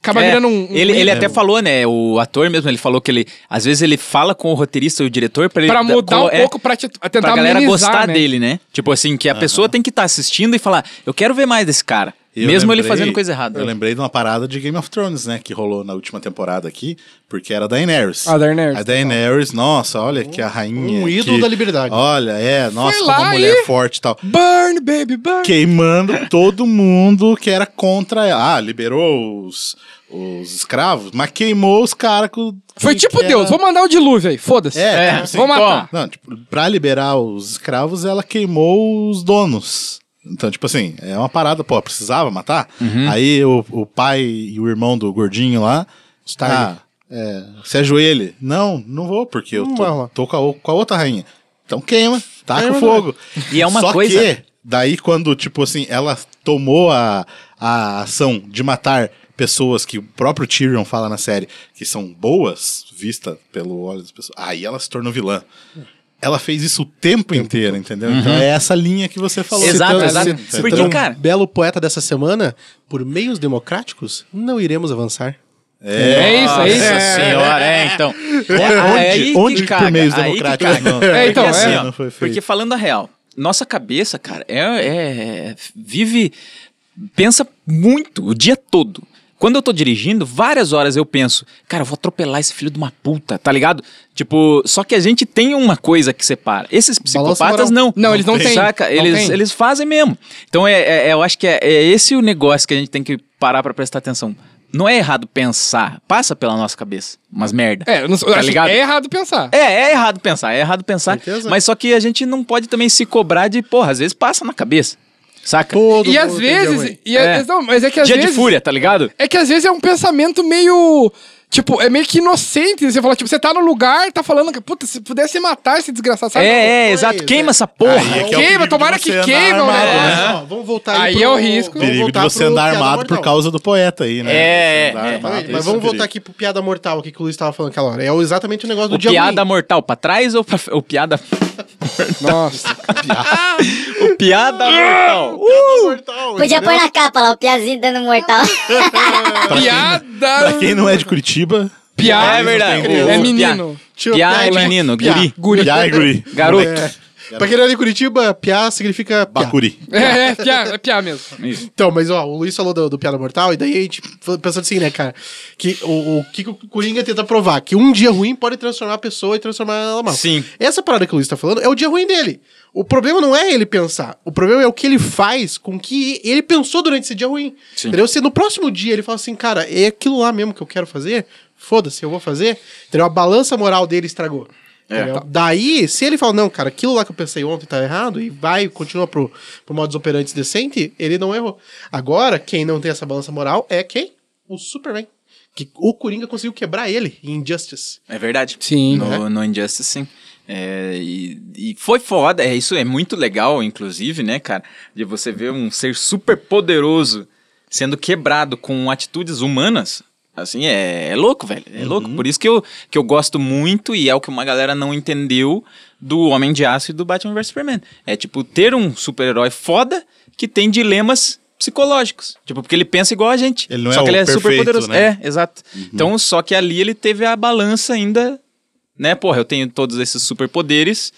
S5: Acaba
S4: É,
S5: virando um. um
S4: ele, ele
S5: ídolo.
S4: até falou, né? O ator mesmo, ele falou que ele. Às vezes ele fala com o roteirista e o diretor pra ele.
S5: Pra
S4: da-
S5: mudar
S4: colo-
S5: um
S4: é,
S5: pouco, pra te- tentar
S4: pra galera
S5: amenizar,
S4: gostar
S5: né?
S4: dele, né? Tipo assim, que a pessoa tem que estar assistindo e falar, eu quero ver mais desse cara.
S2: Eu
S4: mesmo ele
S2: lembrei-
S4: fazendo coisa errada.
S2: Eu lembrei de uma parada de Game of Thrones, né? Que rolou na última temporada aqui, porque era a Daenerys.
S5: Ah, A Daenerys,
S2: A Daenerys, nossa, olha que a rainha.
S3: um ídolo
S2: que-
S3: da liberdade.
S2: Olha, é, nossa, como
S5: lá
S2: uma mulher
S5: e-
S2: forte e tal.
S5: Burn, baby, burn.
S2: queimando todo mundo que era contra ela. Ah, liberou os, os escravos, mas queimou os caras com.
S5: Foi
S2: que-
S5: tipo
S2: que
S5: Deus,
S2: era-
S5: vou mandar o dilúvio aí, foda-se.
S2: É,
S4: É,
S2: tipo assim,
S5: vou matar.
S2: Não, tipo, pra liberar os escravos, ela queimou os donos. Então, tipo assim, é uma parada, pô, precisava matar? Aí o, o pai e o irmão do gordinho lá. Ah, é, se ajoelha. Não, não vou, porque eu
S3: Não vai
S2: tô,
S3: lá.
S2: tô com, a, o- com a outra rainha. Então queima, taca o fogo.
S4: E é uma
S2: Só
S4: coisa-
S2: Que, daí, quando, tipo assim, ela tomou a, a ação de matar pessoas que o próprio Tyrion fala na série que são boas, vista pelo olho das pessoas, aí ela se tornou vilã. Ela fez isso o tempo inteiro, entendeu? Então é essa linha que você falou.
S4: Uhum. Exato,
S2: Então,
S4: exato.
S2: você-
S4: Porque,
S2: então,
S4: cara-
S3: um Belo poeta dessa semana, por meios democráticos, não iremos avançar.
S5: É isso, é isso.
S4: Nossa senhora, é, então. É, aí que
S2: onde que
S4: caga,
S2: por meios
S4: aí que
S2: democráticos
S4: caga.
S2: não?
S5: É, então,
S4: porque,
S5: é.
S4: assim, ó,
S2: Não foi feito.
S4: porque falando a real, nossa cabeça, cara, é, é- vive, pensa muito o dia todo. Quando eu tô dirigindo, várias horas eu penso, cara, eu vou atropelar esse filho de uma puta, tá ligado? Tipo, só que a gente tem uma coisa que separa. Esses psicopatas
S3: moral.
S4: não.
S5: Não, eles não têm.
S4: Saca?
S5: Não
S4: eles,
S5: tem.
S4: eles fazem mesmo. Então, é, é- é- eu acho que é, é esse o negócio que a gente tem que parar pra prestar atenção. Não é errado pensar, passa pela nossa cabeça, umas merda.
S5: É, eu não, eu
S4: Tá
S5: acho que
S4: ligado?
S5: é errado pensar.
S4: É, é errado pensar, é errado pensar.
S3: Certeza.
S4: Mas só que a gente não pode também se cobrar de, porra, às vezes passa na cabeça. Saca?
S3: Todo
S5: E
S3: mundo
S5: às
S3: tem
S5: vezes.
S3: alguém.
S5: E a-
S4: É.
S5: não, mas é que às
S4: Dia
S5: vezes.
S4: de fúria, tá ligado?
S5: É que às vezes é um pensamento meio. Tipo, é meio que inocente. Você fala, tipo, você tá no lugar, tá falando que, puta, se pudesse matar esse desgraçado, sabe?
S4: É, é,
S3: Pois
S4: exato.
S3: é.
S4: Queima essa porra.
S2: Aí é que é o
S5: Queima,
S2: perigo de
S5: tomara
S2: você
S5: que
S2: andar
S5: queima o
S2: armado,
S5: negócio.
S2: né?
S5: É.
S3: Não, vamos voltar aí.
S5: Aí
S3: pro-
S5: é o risco.
S3: vamos
S2: Perigo de
S3: voltar
S2: você
S3: pro
S2: andar
S3: Piada
S2: armado por
S3: Mortal.
S2: causa do poeta aí, né?
S4: É,
S2: Você andar
S4: é.
S2: armado,
S3: então. Mas
S2: esse é o
S3: vamos voltar
S2: perigo.
S3: aqui pro piada mortal que o Luiz tava falando aquela hora. É exatamente o negócio do
S4: O
S3: dia
S4: piada
S3: ruim.
S4: mortal pra trás ou, pra, ou piada.
S5: Nossa.
S4: o piada mortal.
S3: mortal.
S6: Podia
S3: entendeu?
S6: pôr na capa lá o piazinho dando mortal.
S5: piada.
S2: Pra quem não é de Curitiba,
S5: Piada.
S4: É verdade.
S2: Não tem
S5: É
S4: O- o
S5: menino.
S3: Tio
S4: Piá
S3: Pé,
S4: é
S3: né?
S4: menino,
S3: Piá.
S4: guri.
S5: Guri.
S2: Piá e Guri.
S4: Garoto.
S3: Pra quem não é de Curitiba, piá significa piá.
S2: Bacuri.
S5: É, é, piá, é piá mesmo.
S3: Então, mas ó, o Luiz falou do, do Piada Mortal, e daí a gente falou- pensando assim, né, cara? Que o, o que que o Coringa tenta provar? Que um dia ruim pode transformar a pessoa e transformar ela mal.
S4: Sim.
S3: Essa parada que o Luiz tá falando é o dia ruim dele. O problema não é ele pensar. O problema é o que ele faz com que ele pensou durante esse dia ruim. Entendeu? Se no próximo dia ele fala assim, cara, é aquilo lá mesmo que eu quero fazer, foda-se, eu vou fazer. Entendeu? A balança moral dele estragou. entendeu? Daí, se ele fala, não, cara, aquilo lá que eu pensei ontem tá errado, e vai, continua pro, pro modus operandi decente, ele não errou. Agora, quem não tem essa balança moral é quem? O Superman. Que o Coringa conseguiu quebrar ele em Injustice.
S4: É verdade.
S5: Sim.
S4: No, no Injustice, sim. É, e, e foi foda, é, isso é muito legal, inclusive, né, cara? De você ver um ser super poderoso sendo quebrado com atitudes humanas. Assim, é, é louco, velho. É louco. Por isso que eu, que eu gosto muito, e é o que uma galera não entendeu do Homem de Aço e do Batman vs Superman. É tipo, ter um super-herói foda que tem dilemas psicológicos. Tipo, porque ele pensa igual a gente.
S2: Ele não
S4: só
S2: é o
S4: que ele é
S2: perfeito,
S4: super poderoso.
S2: né?
S4: É, é, exato. Então, só que ali ele teve a balança ainda, né? Porra, eu tenho todos esses superpoderes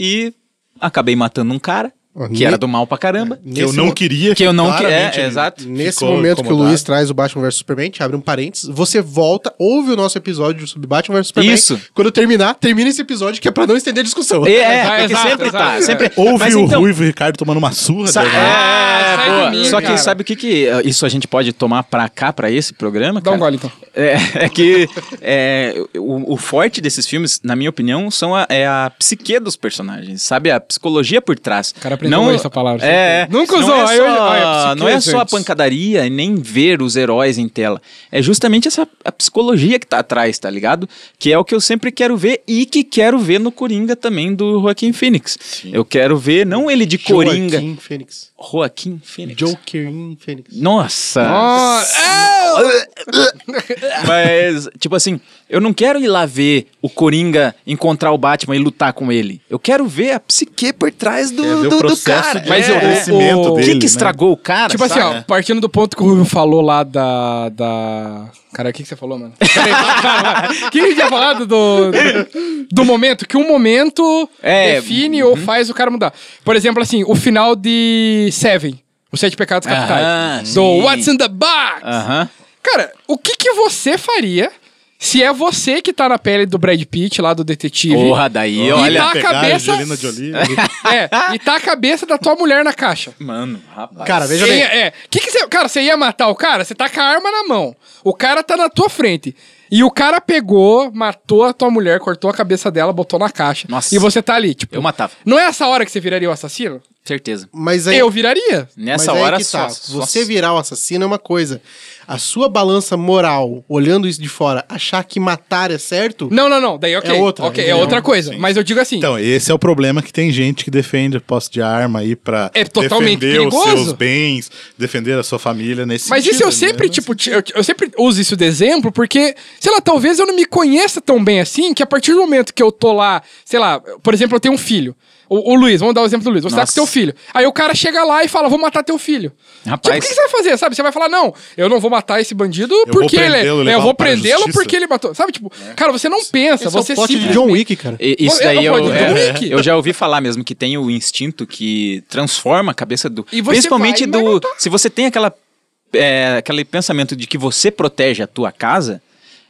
S4: e acabei matando um cara que era do mal pra caramba.
S2: Que eu não queria.
S4: Que eu não
S2: claramente
S4: queria, é,
S2: ele
S4: exato.
S3: Nesse
S2: ficou
S3: momento que o
S2: incomodado.
S3: Luiz tá- traz o Batman vs Superman, a gente abre um parênteses, você volta, ouve o nosso episódio sobre Batman vs Superman.
S4: Isso.
S3: Quando terminar, termina esse episódio que é pra não estender a discussão.
S4: É, é,
S5: Ah,
S4: porque
S5: exato,
S4: sempre
S5: exato,
S4: tá.
S5: é.
S4: Sempre...
S2: Ouve
S4: Mas
S2: o
S4: então,
S2: Ruivo e o Ricardo tomando uma surra.
S4: sa-
S2: dele, né?
S4: é,
S5: Ah, sai
S4: boa.
S5: de mim,
S4: Só que
S5: cara.
S4: sabe o que que... Isso a gente pode tomar pra cá, pra esse programa,
S5: Dá um
S4: cara?
S5: gole, então.
S4: É, é que é, o, o forte desses filmes, na minha opinião, são a, é a psique dos personagens, sabe? A psicologia por trás.
S5: O cara aprendeu hoje essa palavra,
S4: É,
S5: certeza. Nunca
S4: não
S5: usou,
S4: é
S5: aí
S4: só-
S5: hoje- ah, é psique,
S4: não é só a
S5: gente.
S4: pancadaria e nem ver os heróis em tela. É justamente essa a psicologia que tá atrás, tá ligado? Que é o que eu sempre quero ver e que quero ver no Coringa também do Joaquim Phoenix. Eu quero ver, não ele de Coringa.
S3: Joaquim Fênix.
S4: Joaquim Phoenix.
S3: Jokerin Fênix.
S4: Nossa!
S5: Ah,
S4: Mas, tipo assim, eu não quero ir lá ver o Coringa encontrar o Batman e lutar com ele. Eu quero ver a psique por trás do,
S2: Quer ver o
S4: do, do
S2: processo
S4: cara.
S5: é,
S2: de
S4: Mas eu-
S2: crescimento
S4: o, o
S2: dele,
S4: que,
S2: né?
S4: que estragou o cara? né?
S5: Tipo assim,
S4: sabe?
S5: ó, partindo do ponto que o Rubio falou lá da. da... Cara, o que, que você falou, mano? O que que tinha falado do, do momento? Que um momento
S4: É,
S5: define ou faz o cara mudar. Por exemplo, assim, o final de Seven, Os Sete Pecados Capitais.
S4: Aham,
S5: do
S4: Ah, sim.
S5: What's in the Box?
S4: Aham.
S5: Cara, o que, que você faria se é você que tá na pele do Brad Pitt, lá do detetive?
S4: Porra, daí,
S5: E
S4: olha.
S5: tá a
S2: Pegar
S5: cabeça.
S2: a Angelina Jolie. né?
S5: É, e tá a cabeça da tua mulher na caixa.
S4: Mano, rapaz.
S3: Cara, veja
S5: Você
S3: bem.
S5: ia- é. Que que você- cara, você ia matar o cara? Você tá com a arma na mão. O cara tá na tua frente. E o cara pegou, matou a tua mulher, cortou a cabeça dela, botou na caixa.
S4: Nossa.
S5: E você tá ali, tipo.
S4: Eu matava.
S5: Não é essa hora que você viraria o assassino?
S4: certeza.
S3: Mas aí,
S5: Eu viraria.
S4: Nessa
S3: mas aí
S4: hora,
S3: que tá.
S4: só,
S3: Você
S4: só-
S3: virar o assassino é uma coisa. A sua balança moral, olhando isso de fora, achar que matar é certo,
S5: Não, não, não. Daí ok.
S3: É outra,
S5: ok, é
S3: entendeu?
S5: outra coisa. Mas eu digo assim.
S2: Então, esse é o problema que tem gente que defende o posse de arma aí pra
S5: É totalmente
S2: defender
S5: perigoso.
S2: os seus bens, defender a sua família nesse
S5: Mas isso
S2: sentido,
S5: eu sempre,
S2: né?
S5: tipo, ti- eu, eu sempre uso isso de exemplo, porque, sei lá, talvez eu não me conheça tão bem assim, que a partir do momento que eu tô lá, sei lá, por exemplo, eu tenho um filho. O, o Luiz, vamos dar o exemplo do Luiz. Você tá com
S4: Nossa.
S5: teu filho. Aí o cara chega lá e fala, vou matar teu filho.
S4: Rapaz.
S5: Tipo, o que que você vai fazer, sabe? Você vai falar, não, eu não vou matar esse bandido
S2: vou
S5: porque ele...
S2: prendê-lo,
S5: é, eu
S2: levá-lo
S5: vou
S2: para a
S5: prendê-lo
S2: justiça." É.
S5: porque ele matou. Sabe, tipo, cara, você não pensa,
S3: esse
S5: você
S3: é o plot de
S5: simplesmente...
S3: John Wick, cara.
S4: E- Isso
S5: É,
S4: daí
S5: é
S4: eu,
S5: o John
S4: é,
S5: Wick.
S4: eu já ouvi falar mesmo que tem o instinto que transforma a cabeça do.
S5: E você
S4: principalmente
S5: vai, mas
S4: do.
S5: não tá.
S4: Se você tem aquela, é, aquele pensamento de que você protege a tua casa,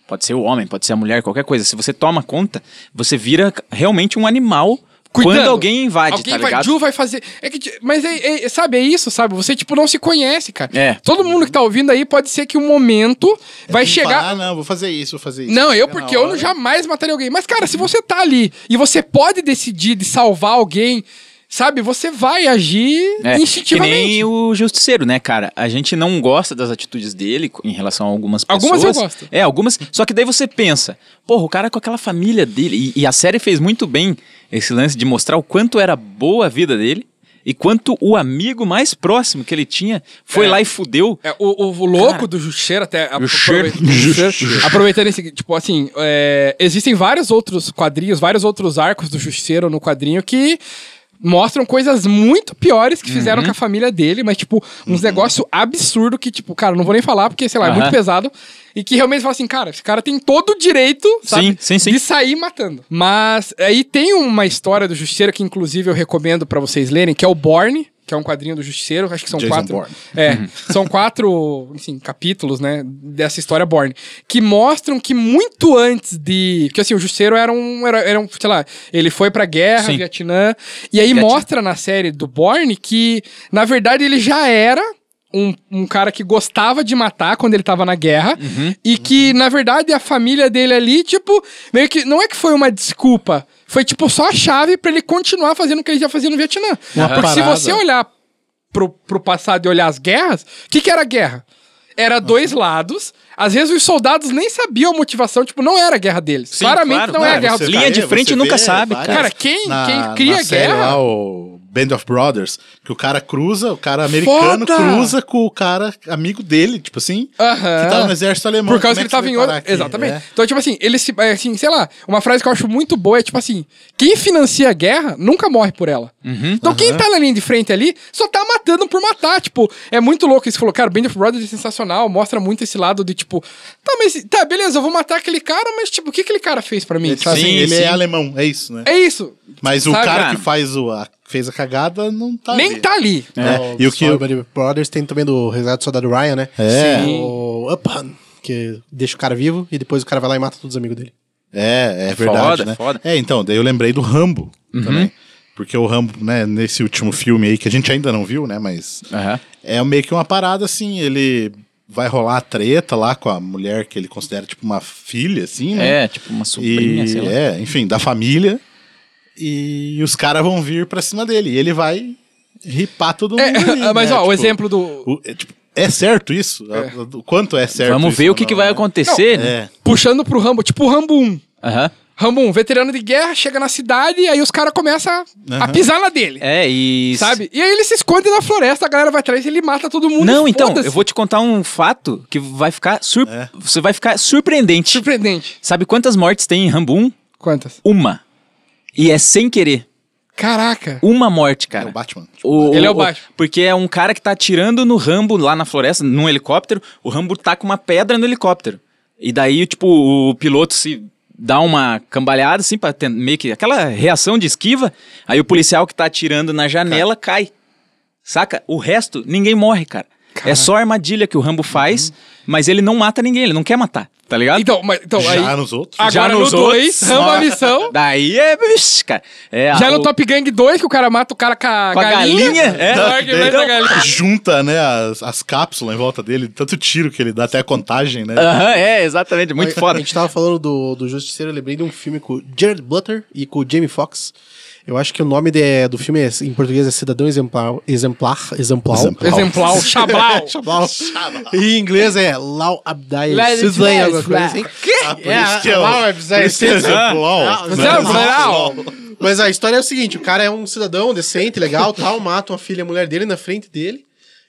S4: pode ser o homem, pode ser a mulher, qualquer coisa. Se você toma conta, você vira realmente um animal
S5: Cuidando.
S4: quando alguém invade,
S5: Alguém
S4: tá
S5: vai-
S4: ligado?
S5: Ju vai fazer. É que, ti- mas é, é- sabe, é isso, sabe? Você, tipo, não se conhece, cara.
S4: É.
S5: Todo mundo que tá ouvindo aí pode ser que um momento vai chegar.
S2: Ah, não, vou fazer isso, vou fazer isso.
S5: Não, eu,
S2: É na
S5: porque eu
S2: hora.
S5: não jamais mataria alguém. Mas, cara, se você tá ali e você pode decidir de salvar alguém. Sabe, você vai agir
S4: É, que
S5: instintivamente.
S4: nem o Justiceiro, né, cara? A gente não gosta das atitudes dele co- em relação a algumas pessoas.
S5: Algumas eu gosto.
S4: É, algumas. Só que daí você pensa, porra, o cara com aquela família dele. E, e a série fez muito bem esse lance de mostrar o quanto era boa a vida dele e quanto o amigo mais próximo que ele tinha foi
S5: É.
S4: lá e fudeu.
S5: É, o, o- o louco
S4: Cara.
S5: do Jucheiro até apro-
S4: Jucheiro.
S5: aproveitando- Jucheiro. aproveitando esse tipo assim é, existem vários outros quadrinhos vários outros arcos do Jucheiro no quadrinho que mostram coisas muito piores que fizeram
S4: Uhum.
S5: com a família dele mas tipo uns negócio absurdo que tipo cara não vou nem falar porque sei lá é muito
S4: Aham.
S5: pesado e que realmente fala assim cara esse cara tem todo o direito sabe,
S4: Sim, sim, sim.
S5: de sair matando mas aí tem uma história do Justiceiro que inclusive eu recomendo pra vocês lerem que é o Borne que é um quadrinho do Justiceiro, acho que são
S2: Jason
S5: quatro.
S2: Bourne.
S5: É, são quatro, enfim, capítulos, né, dessa história Born, que mostram que muito antes de, porque assim, o Justiceiro era um, era, era um, sei lá, ele foi pra guerra,
S4: Sim.
S5: Vietnã, e aí
S4: Vietnã.
S5: mostra na série do Born que, na verdade, ele já era um, um cara que gostava de matar quando ele tava na guerra, e que, na verdade, a família dele ali, tipo, meio que, não é que foi uma desculpa, foi tipo só a chave pra ele continuar fazendo o que ele já fazia no Vietnã.
S3: Uma
S5: Porque se
S3: parada.
S5: você olhar pro, pro passado e olhar as guerras, o que, que era a guerra? Era dois lados. Às vezes os soldados nem sabiam a motivação, tipo, não era a guerra deles.
S4: Sim,
S5: Claramente
S4: claro,
S5: não é a
S4: claro,
S5: guerra
S4: você
S5: deles.
S4: Linha de frente
S2: você tá
S4: nunca
S2: vê
S4: sabe,
S2: várias-
S5: cara. Cara, quem-
S2: na-
S5: quem cria
S2: na série
S5: guerra-
S2: Lá, o Band of Brothers, que o cara cruza, o cara americano
S5: Foda!
S2: cruza com o cara amigo dele, tipo assim,
S5: Aham.
S2: que tava no exército alemão.
S5: Por causa
S2: Como é
S5: que ele
S2: você
S5: tava em
S2: veio
S5: outro.
S2: parar aqui?
S5: Exatamente.
S2: É.
S5: Então, tipo assim, ele se. é, Assim, sei lá, uma frase que eu acho muito boa é tipo assim: quem financia a guerra nunca morre por ela.
S2: Uhum,
S5: Então, quem tá na linha de frente ali só tá matando por matar. Tipo, é muito louco isso. Falou, cara, Band of Brothers é sensacional, mostra muito esse lado de tipo, tá, mas tá, beleza, eu vou matar aquele cara, mas tipo, o que aquele cara fez pra mim?
S2: É, tipo assim,
S4: Sim,
S2: ele
S4: sim.
S2: é alemão, é isso, né?
S5: É isso.
S2: Mas o
S5: Sabe,
S2: cara
S4: cara?
S2: que faz o, a- fez a cagada não tá
S5: Nem
S2: ali.
S5: tá ali.
S2: né? E o que
S3: Story Band of É, Brothers tem também do Resgate do Soldado Ryan, né?
S2: É.
S5: Sim.
S3: O Upan, que deixa o cara vivo e depois o cara vai lá e mata todos os amigos dele.
S2: É, é
S4: foda,
S2: verdade, né?
S4: foda.
S2: É, então, daí eu lembrei do Rambo
S5: Uhum.
S2: também. Porque o Rambo, né, nesse último filme aí, que a gente ainda não viu, né, mas...
S4: Aham.
S2: É meio que uma parada, assim, ele vai rolar a treta lá com a mulher que ele considera, tipo, uma filha, assim,
S5: Uhum.
S2: né?
S4: É, tipo uma sobrinha,
S2: e,
S4: sei lá.
S2: É, enfim, da família. E os caras vão vir pra cima dele. E ele vai ripar todo mundo
S5: É,
S2: ali,
S5: mas
S2: né?
S5: ó, o
S2: Tipo,
S5: exemplo do.
S2: o- é, tipo, é certo isso? O quanto é certo
S4: Vamos
S2: isso
S4: ver o
S2: ou
S4: que, que
S2: não,
S4: vai
S2: né?
S4: acontecer. né?
S2: É,
S5: Puxando pro Rambo, tipo o Rambo 1.
S4: Aham.
S5: Rambo 1, veterano de guerra, chega na cidade e aí os caras começam a- a
S2: Aham.
S5: pisar na dele.
S4: É, e.
S5: Sabe? E aí ele se esconde na floresta, a galera vai atrás e ele mata todo mundo.
S4: Não,
S5: e
S4: então,
S5: foda-se.
S4: eu vou te contar um fato que vai ficar. Sur...
S2: É.
S4: Você vai ficar surpreendente.
S5: Surpreendente.
S4: Sabe quantas mortes tem em Rambo 1?
S5: Quantas?
S4: Uma. E é sem querer.
S5: Caraca.
S4: Uma
S2: é
S4: morte,
S2: o
S4: cara.
S2: Batman.
S4: O-
S5: Ele é o Batman.
S4: Porque é um cara que tá atirando no Rambo lá na floresta, num helicóptero. O Rambo tá com uma pedra no helicóptero. E daí, tipo, o piloto se dá uma cambalhada, assim, pra ten- meio que aquela reação de esquiva. Aí o policial que tá atirando na janela cai. Saca? O resto, ninguém morre, cara. É só a armadilha que o Rambo
S2: Uhum.
S4: faz, mas ele não mata ninguém, ele não quer matar, tá ligado?
S5: Então, mas, então aí.
S2: Já nos outros.
S5: Agora
S4: Já nos
S5: no 2,
S4: outros,
S5: Rambo a
S4: ó.
S5: missão.
S4: Daí é, bicho, cara. É,
S5: Já
S4: a-
S5: no
S4: o-
S5: Top Gang 2, que o cara mata o cara com a
S4: Com a
S5: galinha.
S4: galinha, é.
S5: Larga e mata a
S4: Então-
S5: galinha.
S2: junta, né, as, as cápsulas em volta dele, tanto tiro que ele dá, até a contagem, né?
S4: Aham, é, exatamente, muito
S3: Aí,
S4: foda.
S3: A
S2: tá
S3: gente tava falando do, do Justiceiro, eu lembrei de um filme com o Jared Butler e com o Jamie Foxx. Eu acho que o nome de- do filme é, em português é Cidadão Exemplar. Exemplar. Exemplar.
S5: Exemplar, Xablau.
S3: Xablau. E em inglês é Law Abdai
S5: Let it
S3: Sidley,
S5: fly,
S3: alguma coisa
S5: fly.
S3: assim.
S2: Ah, por
S3: É,
S2: isso que é o-
S3: lá,
S2: por isso que é
S3: Ah,
S2: exemplar, né?
S5: Exemplar. Exemplar.
S3: Mas a história é o seguinte: o cara é um cidadão decente, legal, tal, mata uma filha e a mulher dele na frente dele.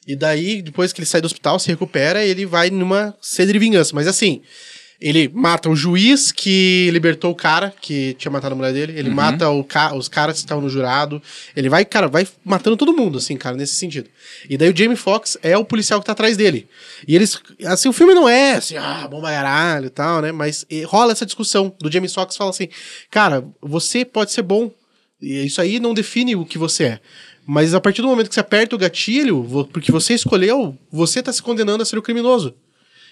S3: E daí, depois que ele sai do hospital, se recupera, ele vai numa sede de vingança. Mas assim, ele mata o juiz que libertou o cara que tinha matado a mulher dele. Ele mata o ca- os caras que estavam no jurado. Ele vai, cara, vai matando todo mundo, assim, cara, nesse sentido. E daí o Jamie Foxx é o policial que tá atrás dele. E eles. Assim, o filme não é assim, ah, bomba caralho e tal, né? Mas eh, rola essa discussão do Jamie Foxx fala assim: cara, você pode ser bom. E isso aí não define o que você é. Mas a partir do momento que você aperta o gatilho, vo- porque você escolheu, você tá se condenando a ser o criminoso.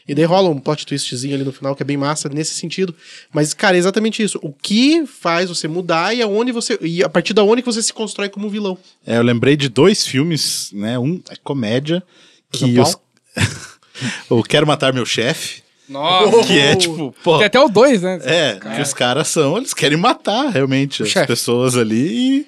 S3: E daí rola um plot twistzinho ali no final que é bem massa nesse sentido. Mas, cara, é exatamente isso. O que faz você mudar e aonde você. E a partir da onde que você se constrói como vilão.
S2: É, eu lembrei de dois filmes, né? Um é comédia, que os...
S3: Exemplar.
S2: o Quero Matar Meu Chefe,
S5: Nossa.
S2: que é tipo, pô,
S5: Tem até o 2, né?
S2: é, que os caras são, eles querem matar realmente as
S5: chefe.
S2: pessoas ali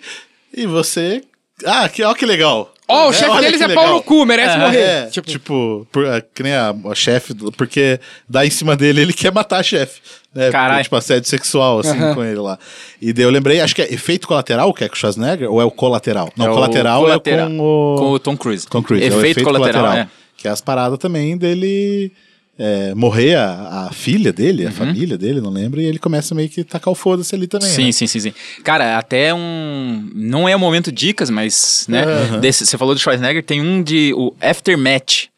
S2: e, e você Ah, que, ó que legal.
S5: Ó, o
S2: Né?
S5: chefe
S2: Olha
S5: deles
S2: que
S5: é pau
S2: legal.
S5: no cu, merece morrer.
S2: É, tipo,
S5: Tipo,
S2: por- é, que nem a, a chefe, do- porque dá em cima dele, ele quer matar a chefe. Né?
S4: Caralho.
S2: Porque, Tipo, assédio sexual, assim, com ele lá. E daí eu lembrei, acho que é efeito colateral que é com o Schwarzenegger, ou é o colateral? Não,
S4: É o
S2: colateral,
S4: Colateral.
S2: é com o...
S4: Com o Tom Cruise.
S2: Tom Cruise, é o
S4: Efeito, colateral,
S2: Que é as paradas também dele... é, morrer a, a filha dele, a
S4: Uhum.
S2: família dele, não lembro, e ele começa meio que tacar o foda-se ali
S4: é.
S2: também.
S4: Sim,
S2: né?
S4: sim, sim, sim. Cara, até um. Não é o momento dicas, mas, né?
S2: Aham.
S4: desse- você falou do Schwarzenegger, tem um de. O Aftermatch,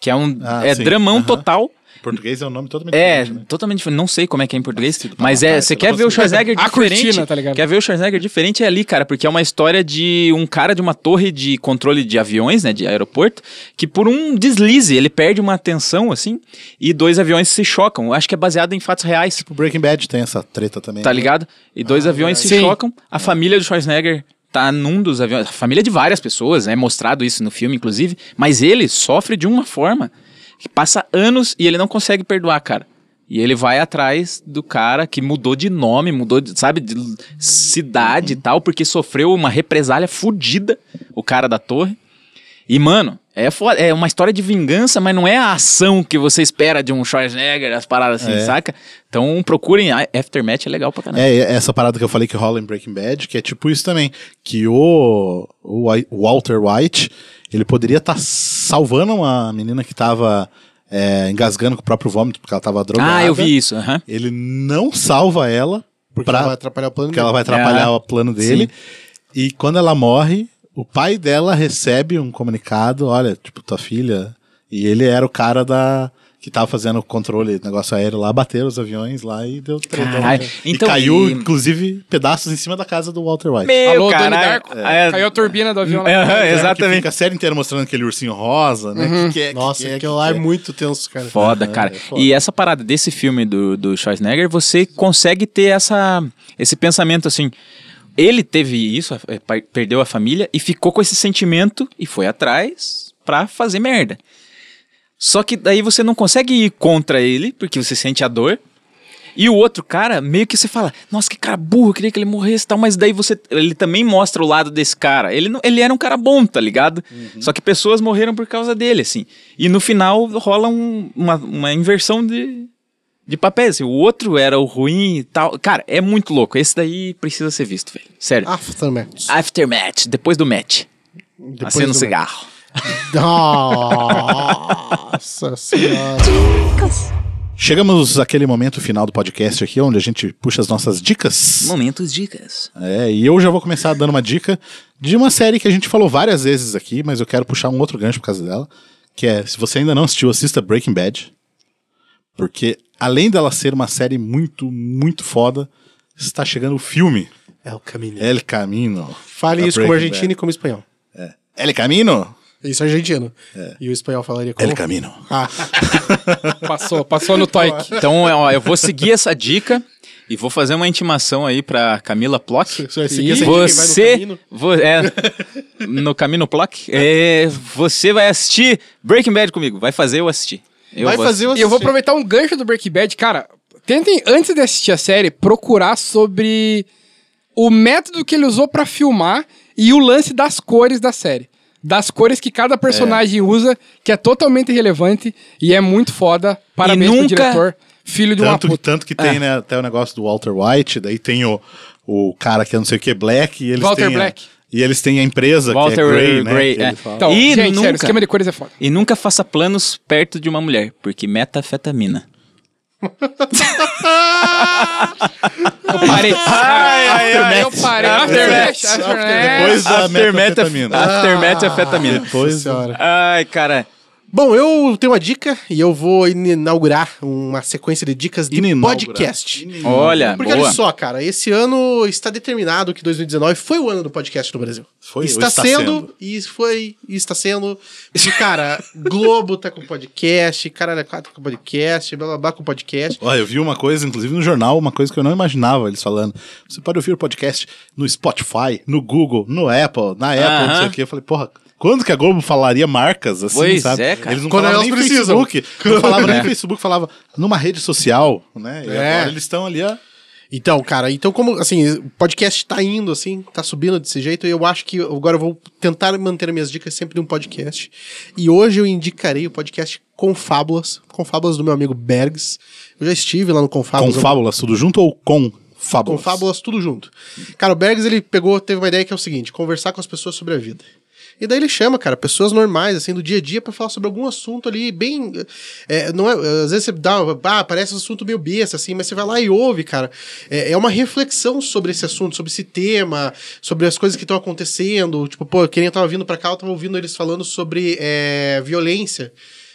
S4: que é um.
S2: Ah,
S4: é
S2: sim,
S4: dramão
S2: aham.
S4: total.
S2: Em português é um nome totalmente
S4: É,
S2: diferente, né? tá,
S4: totalmente diferente. Não sei como é que é em português, mas
S2: matar,
S4: é.
S2: você
S4: Você
S2: não
S4: quer ver o
S2: consegue.
S4: Schwarzenegger
S5: A
S4: diferente?
S5: cortina, tá ligado?
S4: Quer ver o Schwarzenegger diferente é ali, cara, porque é uma história de um cara de uma torre de controle de aviões, né, de aeroporto, que por um deslize ele perde uma atenção assim e dois aviões se chocam. Eu Acho que é baseado em fatos reais,
S2: O Breaking Bad tem essa treta também.
S4: tá
S2: né?
S4: ligado? E dois aviões se
S5: Sim.
S4: chocam. A família do Schwarzenegger tá num dos aviões. A família de várias pessoas, é mostrado isso no filme inclusive, mas ele sofre de uma forma que passa anos e ele não consegue perdoar, cara. E ele vai atrás do cara que mudou de nome, mudou de, sabe, de l- cidade e tal, porque sofreu uma represália fodida, o cara da torre. E, mano, é, fo- é uma história de vingança, mas não é a ação que você espera de um Schwarzenegger, as paradas assim,
S2: É.
S4: saca? Então procurem, a- Aftermath é legal pra caramba.
S2: É, e essa parada que eu falei que rola em Breaking Bad, que é tipo isso também, que o, o Whi- Walter White, ele poderia estar salvando uma menina que tava é, engasgando com o próprio vômito, porque ela tava drogada.
S4: ah, eu vi isso, aham.
S2: Ele não salva ela,
S3: Porque
S2: pra-
S3: ela vai atrapalhar o plano
S2: porque
S4: É.
S2: ela vai atrapalhar o plano dele. E quando ela morre, o pai dela recebe um comunicado, olha, tipo, tua filha... E ele era o cara da... Que tava fazendo o controle, negócio aéreo lá, bateram os aviões lá e deu tredão.
S4: Caralho.
S2: e
S4: Então,
S2: caiu,
S4: e-
S2: inclusive, pedaços em cima da casa do Walter White.
S4: Meu,
S5: Alô, Donnie
S4: caralho.
S5: Darko.
S4: É.
S5: Caiu a turbina do avião lá.
S4: Aham,
S2: É, Que
S4: exatamente.
S2: fica a série inteira mostrando aquele ursinho rosa, né?
S4: Uhum.
S2: Que que é, que
S3: Nossa,
S2: que é,
S3: aquilo
S2: que
S3: lá é
S2: que
S3: muito tenso, cara.
S4: Foda, cara.
S2: é foda.
S4: E essa parada desse filme do, do Schwarzenegger, você consegue ter essa, esse pensamento assim. Ele teve isso, é, pa- perdeu a família e ficou com esse sentimento e foi atrás pra fazer merda. Só que daí você não consegue ir contra ele, porque você sente a dor. E o outro cara, meio que você fala, nossa, que cara burro, eu queria que ele morresse e tal, mas daí você. Ele também mostra o lado desse cara. Ele, não- ele era um cara bom, tá ligado?
S3: Uhum.
S4: Só que pessoas morreram por causa dele, assim. E no final rola um- uma, uma inversão de, de papéis. assim. O outro era o ruim e tal. Cara, é muito louco. Esse daí precisa ser visto, velho. Sério.
S3: Ah, Aftermath.
S4: Aftermatch, depois do match.
S3: Depois
S4: Acenda um
S3: do-
S4: cigarro.
S3: Nossa senhora.
S2: Chegamos àquele momento final do podcast aqui, onde a gente puxa as nossas dicas.
S4: Momentos dicas.
S2: É, e eu já vou começar dando uma dica de uma série que a gente falou várias vezes aqui, mas eu quero puxar um outro gancho por causa dela, que é, se você ainda não assistiu, assista Breaking Bad, porque além dela ser uma série muito, muito foda, está chegando o filme
S3: É o caminho.
S2: El Camino.
S3: Fale
S2: da
S3: isso como
S2: Tá Breaking
S3: argentino e como espanhol.
S2: Bad. El Camino?
S3: Isso é argentino. E o espanhol falaria como?
S2: El Camino.
S3: Ah,
S5: Passou, passou no toic.
S4: Então, ó, eu vou seguir essa dica e vou fazer uma intimação aí pra Camila Plock.
S3: você vai seguir essa dica e vai no
S4: Você.
S3: caminho?
S4: vo- é, no caminho Plock? É, você vai assistir Breaking Bad comigo. Vai fazer eu assistir. Eu
S3: Vai
S4: vou
S3: fazer o
S5: E eu vou aproveitar um gancho do Breaking Bad, cara. Tentem, antes de assistir a série, procurar sobre o método que ele usou pra filmar e o lance das cores da série. Das cores que cada personagem usa, que é totalmente relevante e é muito foda. Parabéns
S4: nunca-
S5: pro diretor, filho de é uma
S2: Tanto,
S5: puta.
S2: tanto que tem né, até o negócio do Walter White, daí tem o, o cara que é não sei o que, Black, e eles
S5: Walter
S2: têm a-
S5: Black.
S2: e eles têm a empresa que é
S4: Walter
S2: Grey, né?
S4: Gray,
S2: que
S4: é.
S2: ele fala.
S5: Então,
S4: e,
S5: gente,
S4: nunca,
S5: sério, o esquema de cores é foda.
S4: e nunca faça planos perto de uma mulher, porque metafetamina.
S5: Eu parei. eu
S2: Aftermath.
S5: parei. Aftermath.
S4: é
S5: Aftermath.
S2: Depois da
S4: After
S2: metafetamina.
S4: metafetamina.
S2: Depois
S3: senhora.
S4: é Ai, cara.
S3: Bom, eu tenho uma dica e eu vou inaugurar uma sequência de dicas de
S2: Inaugura.
S3: podcast.
S4: Olha,
S3: Porque
S4: É, boa.
S3: olha só, cara, esse ano está determinado que 2019 foi o ano do podcast no Brasil.
S2: Foi,
S3: está,
S2: está
S3: sendo,
S2: sendo.
S3: e foi e está sendo. E, cara, Globo tá com podcast, Caralho 4 tá com podcast, blá blá blá com podcast.
S2: Olha, eu vi uma coisa, inclusive no jornal, uma coisa que eu não imaginava eles falando. Você pode ouvir o podcast no Spotify, no Google, no Apple, na Apple, não sei
S4: Aham.
S2: o que. Eu falei, porra, quando que a Globo falaria marcas assim,
S4: Pois
S2: sabe?
S4: é, cara.
S2: Eles não
S3: Quando
S2: falavam nem
S3: elas precisam.
S2: Facebook, não falavam nem
S4: É.
S2: Facebook, falava numa rede social, né? E
S3: É.
S2: agora eles estão ali, ó.
S3: Então, cara, então como, assim, o podcast tá indo, assim, tá subindo desse jeito, e eu acho que agora eu vou tentar manter minhas dicas sempre de um podcast. E hoje eu indicarei o podcast Confábulas, Confábulas do meu amigo Bergs. Eu já estive lá no
S2: Com
S3: Confábulas.
S2: fábulas, tudo junto ou com fábulas?
S3: Tá, Com fábulas, tudo junto. Cara, o Bergs, ele pegou, teve uma ideia que é o seguinte, conversar com as pessoas sobre a vida. E daí ele chama, cara, pessoas normais, assim, do dia a dia, pra falar sobre algum assunto ali, bem. é, não é, às vezes você dá. uma- Ah, parece um assunto meio besta, assim, mas você vai lá e ouve, cara. É, é uma reflexão sobre esse assunto, sobre esse tema, sobre as coisas que estão acontecendo. Tipo, pô, quem eu tava vindo pra cá, eu tava ouvindo eles falando sobre é, violência.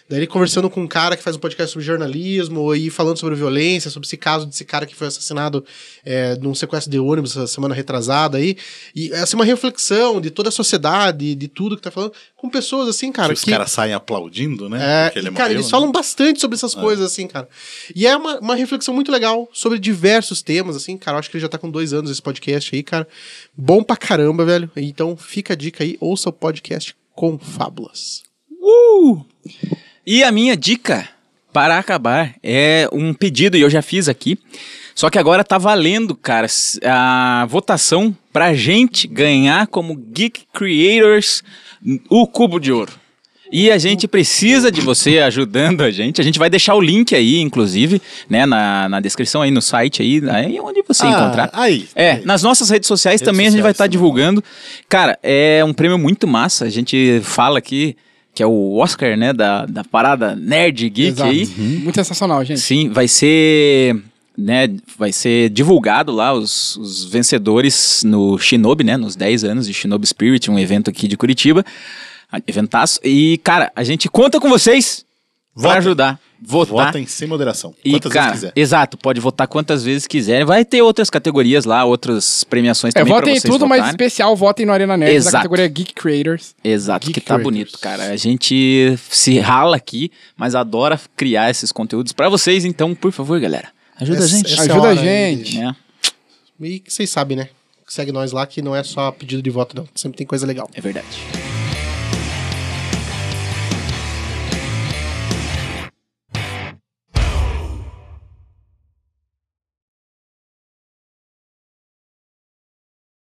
S3: Daí ele conversando com um cara que faz um podcast sobre jornalismo e falando sobre violência, sobre esse caso desse cara que foi assassinado é, num sequestro de ônibus essa semana retrasada aí. E assim, uma reflexão de toda a sociedade, de tudo que tá falando, com pessoas assim, cara.
S2: os
S3: que-
S2: caras saem aplaudindo, né?
S3: é,
S2: Porque ele
S3: e, cara,
S2: morreu,
S3: eles
S2: né? É.
S3: falam bastante sobre essas coisas, assim, cara. E é uma, uma reflexão muito legal sobre diversos temas, assim, cara. Eu acho que ele já tá com dois anos esse podcast aí, cara. Bom pra caramba, velho. Então fica a dica aí, ouça o podcast com fábulas.
S4: E a minha dica para acabar é um pedido, e eu já fiz aqui. Só que agora tá valendo, cara, s- a votação pra gente ganhar como Geek Creators o Cubo de Ouro. E a gente precisa de você ajudando a gente. A gente vai deixar o link aí, inclusive, né, na, na descrição aí no site aí, aí onde você
S2: Ah,
S4: encontrar.
S2: Aí.
S4: É, nas nossas redes sociais
S2: Redes
S4: também a gente vai
S2: sociais
S4: estar
S2: também.
S4: divulgando. Cara, é um prêmio muito massa. A gente fala aqui que é o Oscar, né, da, da parada Nerd Geek
S5: Exato. Uhum.
S4: aí.
S5: Muito sensacional, gente.
S4: Sim, vai ser, né, vai ser divulgado lá os, os vencedores no Shinobi, né, nos 10 anos de Shinobi Spirit, um evento aqui de Curitiba. Ah, Eventaço. E, cara, a gente conta com vocês pra
S2: Votem.
S4: ajudar. Votar.
S2: Votem sem moderação.
S4: E,
S2: Quantas
S4: cara,
S2: vezes quiser.
S4: Exato, pode votar quantas vezes quiserem. Vai ter outras categorias lá, outras premiações
S5: É,
S4: também. pra
S5: votem em
S4: vocês
S5: tudo, mas
S4: votarem.
S5: especial votem no Arena Nerd da
S4: Exato.
S5: categoria Geek Creators.
S4: Exato,
S3: Geek
S4: que tá
S3: Creators.
S4: bonito, cara. A gente se rala aqui, mas adora criar esses conteúdos pra vocês, então, por favor, galera, ajuda a
S3: Essa-
S4: gente.
S3: essa é
S5: Ajuda a
S3: hora aí.
S5: gente.
S4: É,
S3: E que vocês sabem, né? Segue nós lá que não é só pedido de voto, não. Sempre tem coisa legal.
S4: é verdade.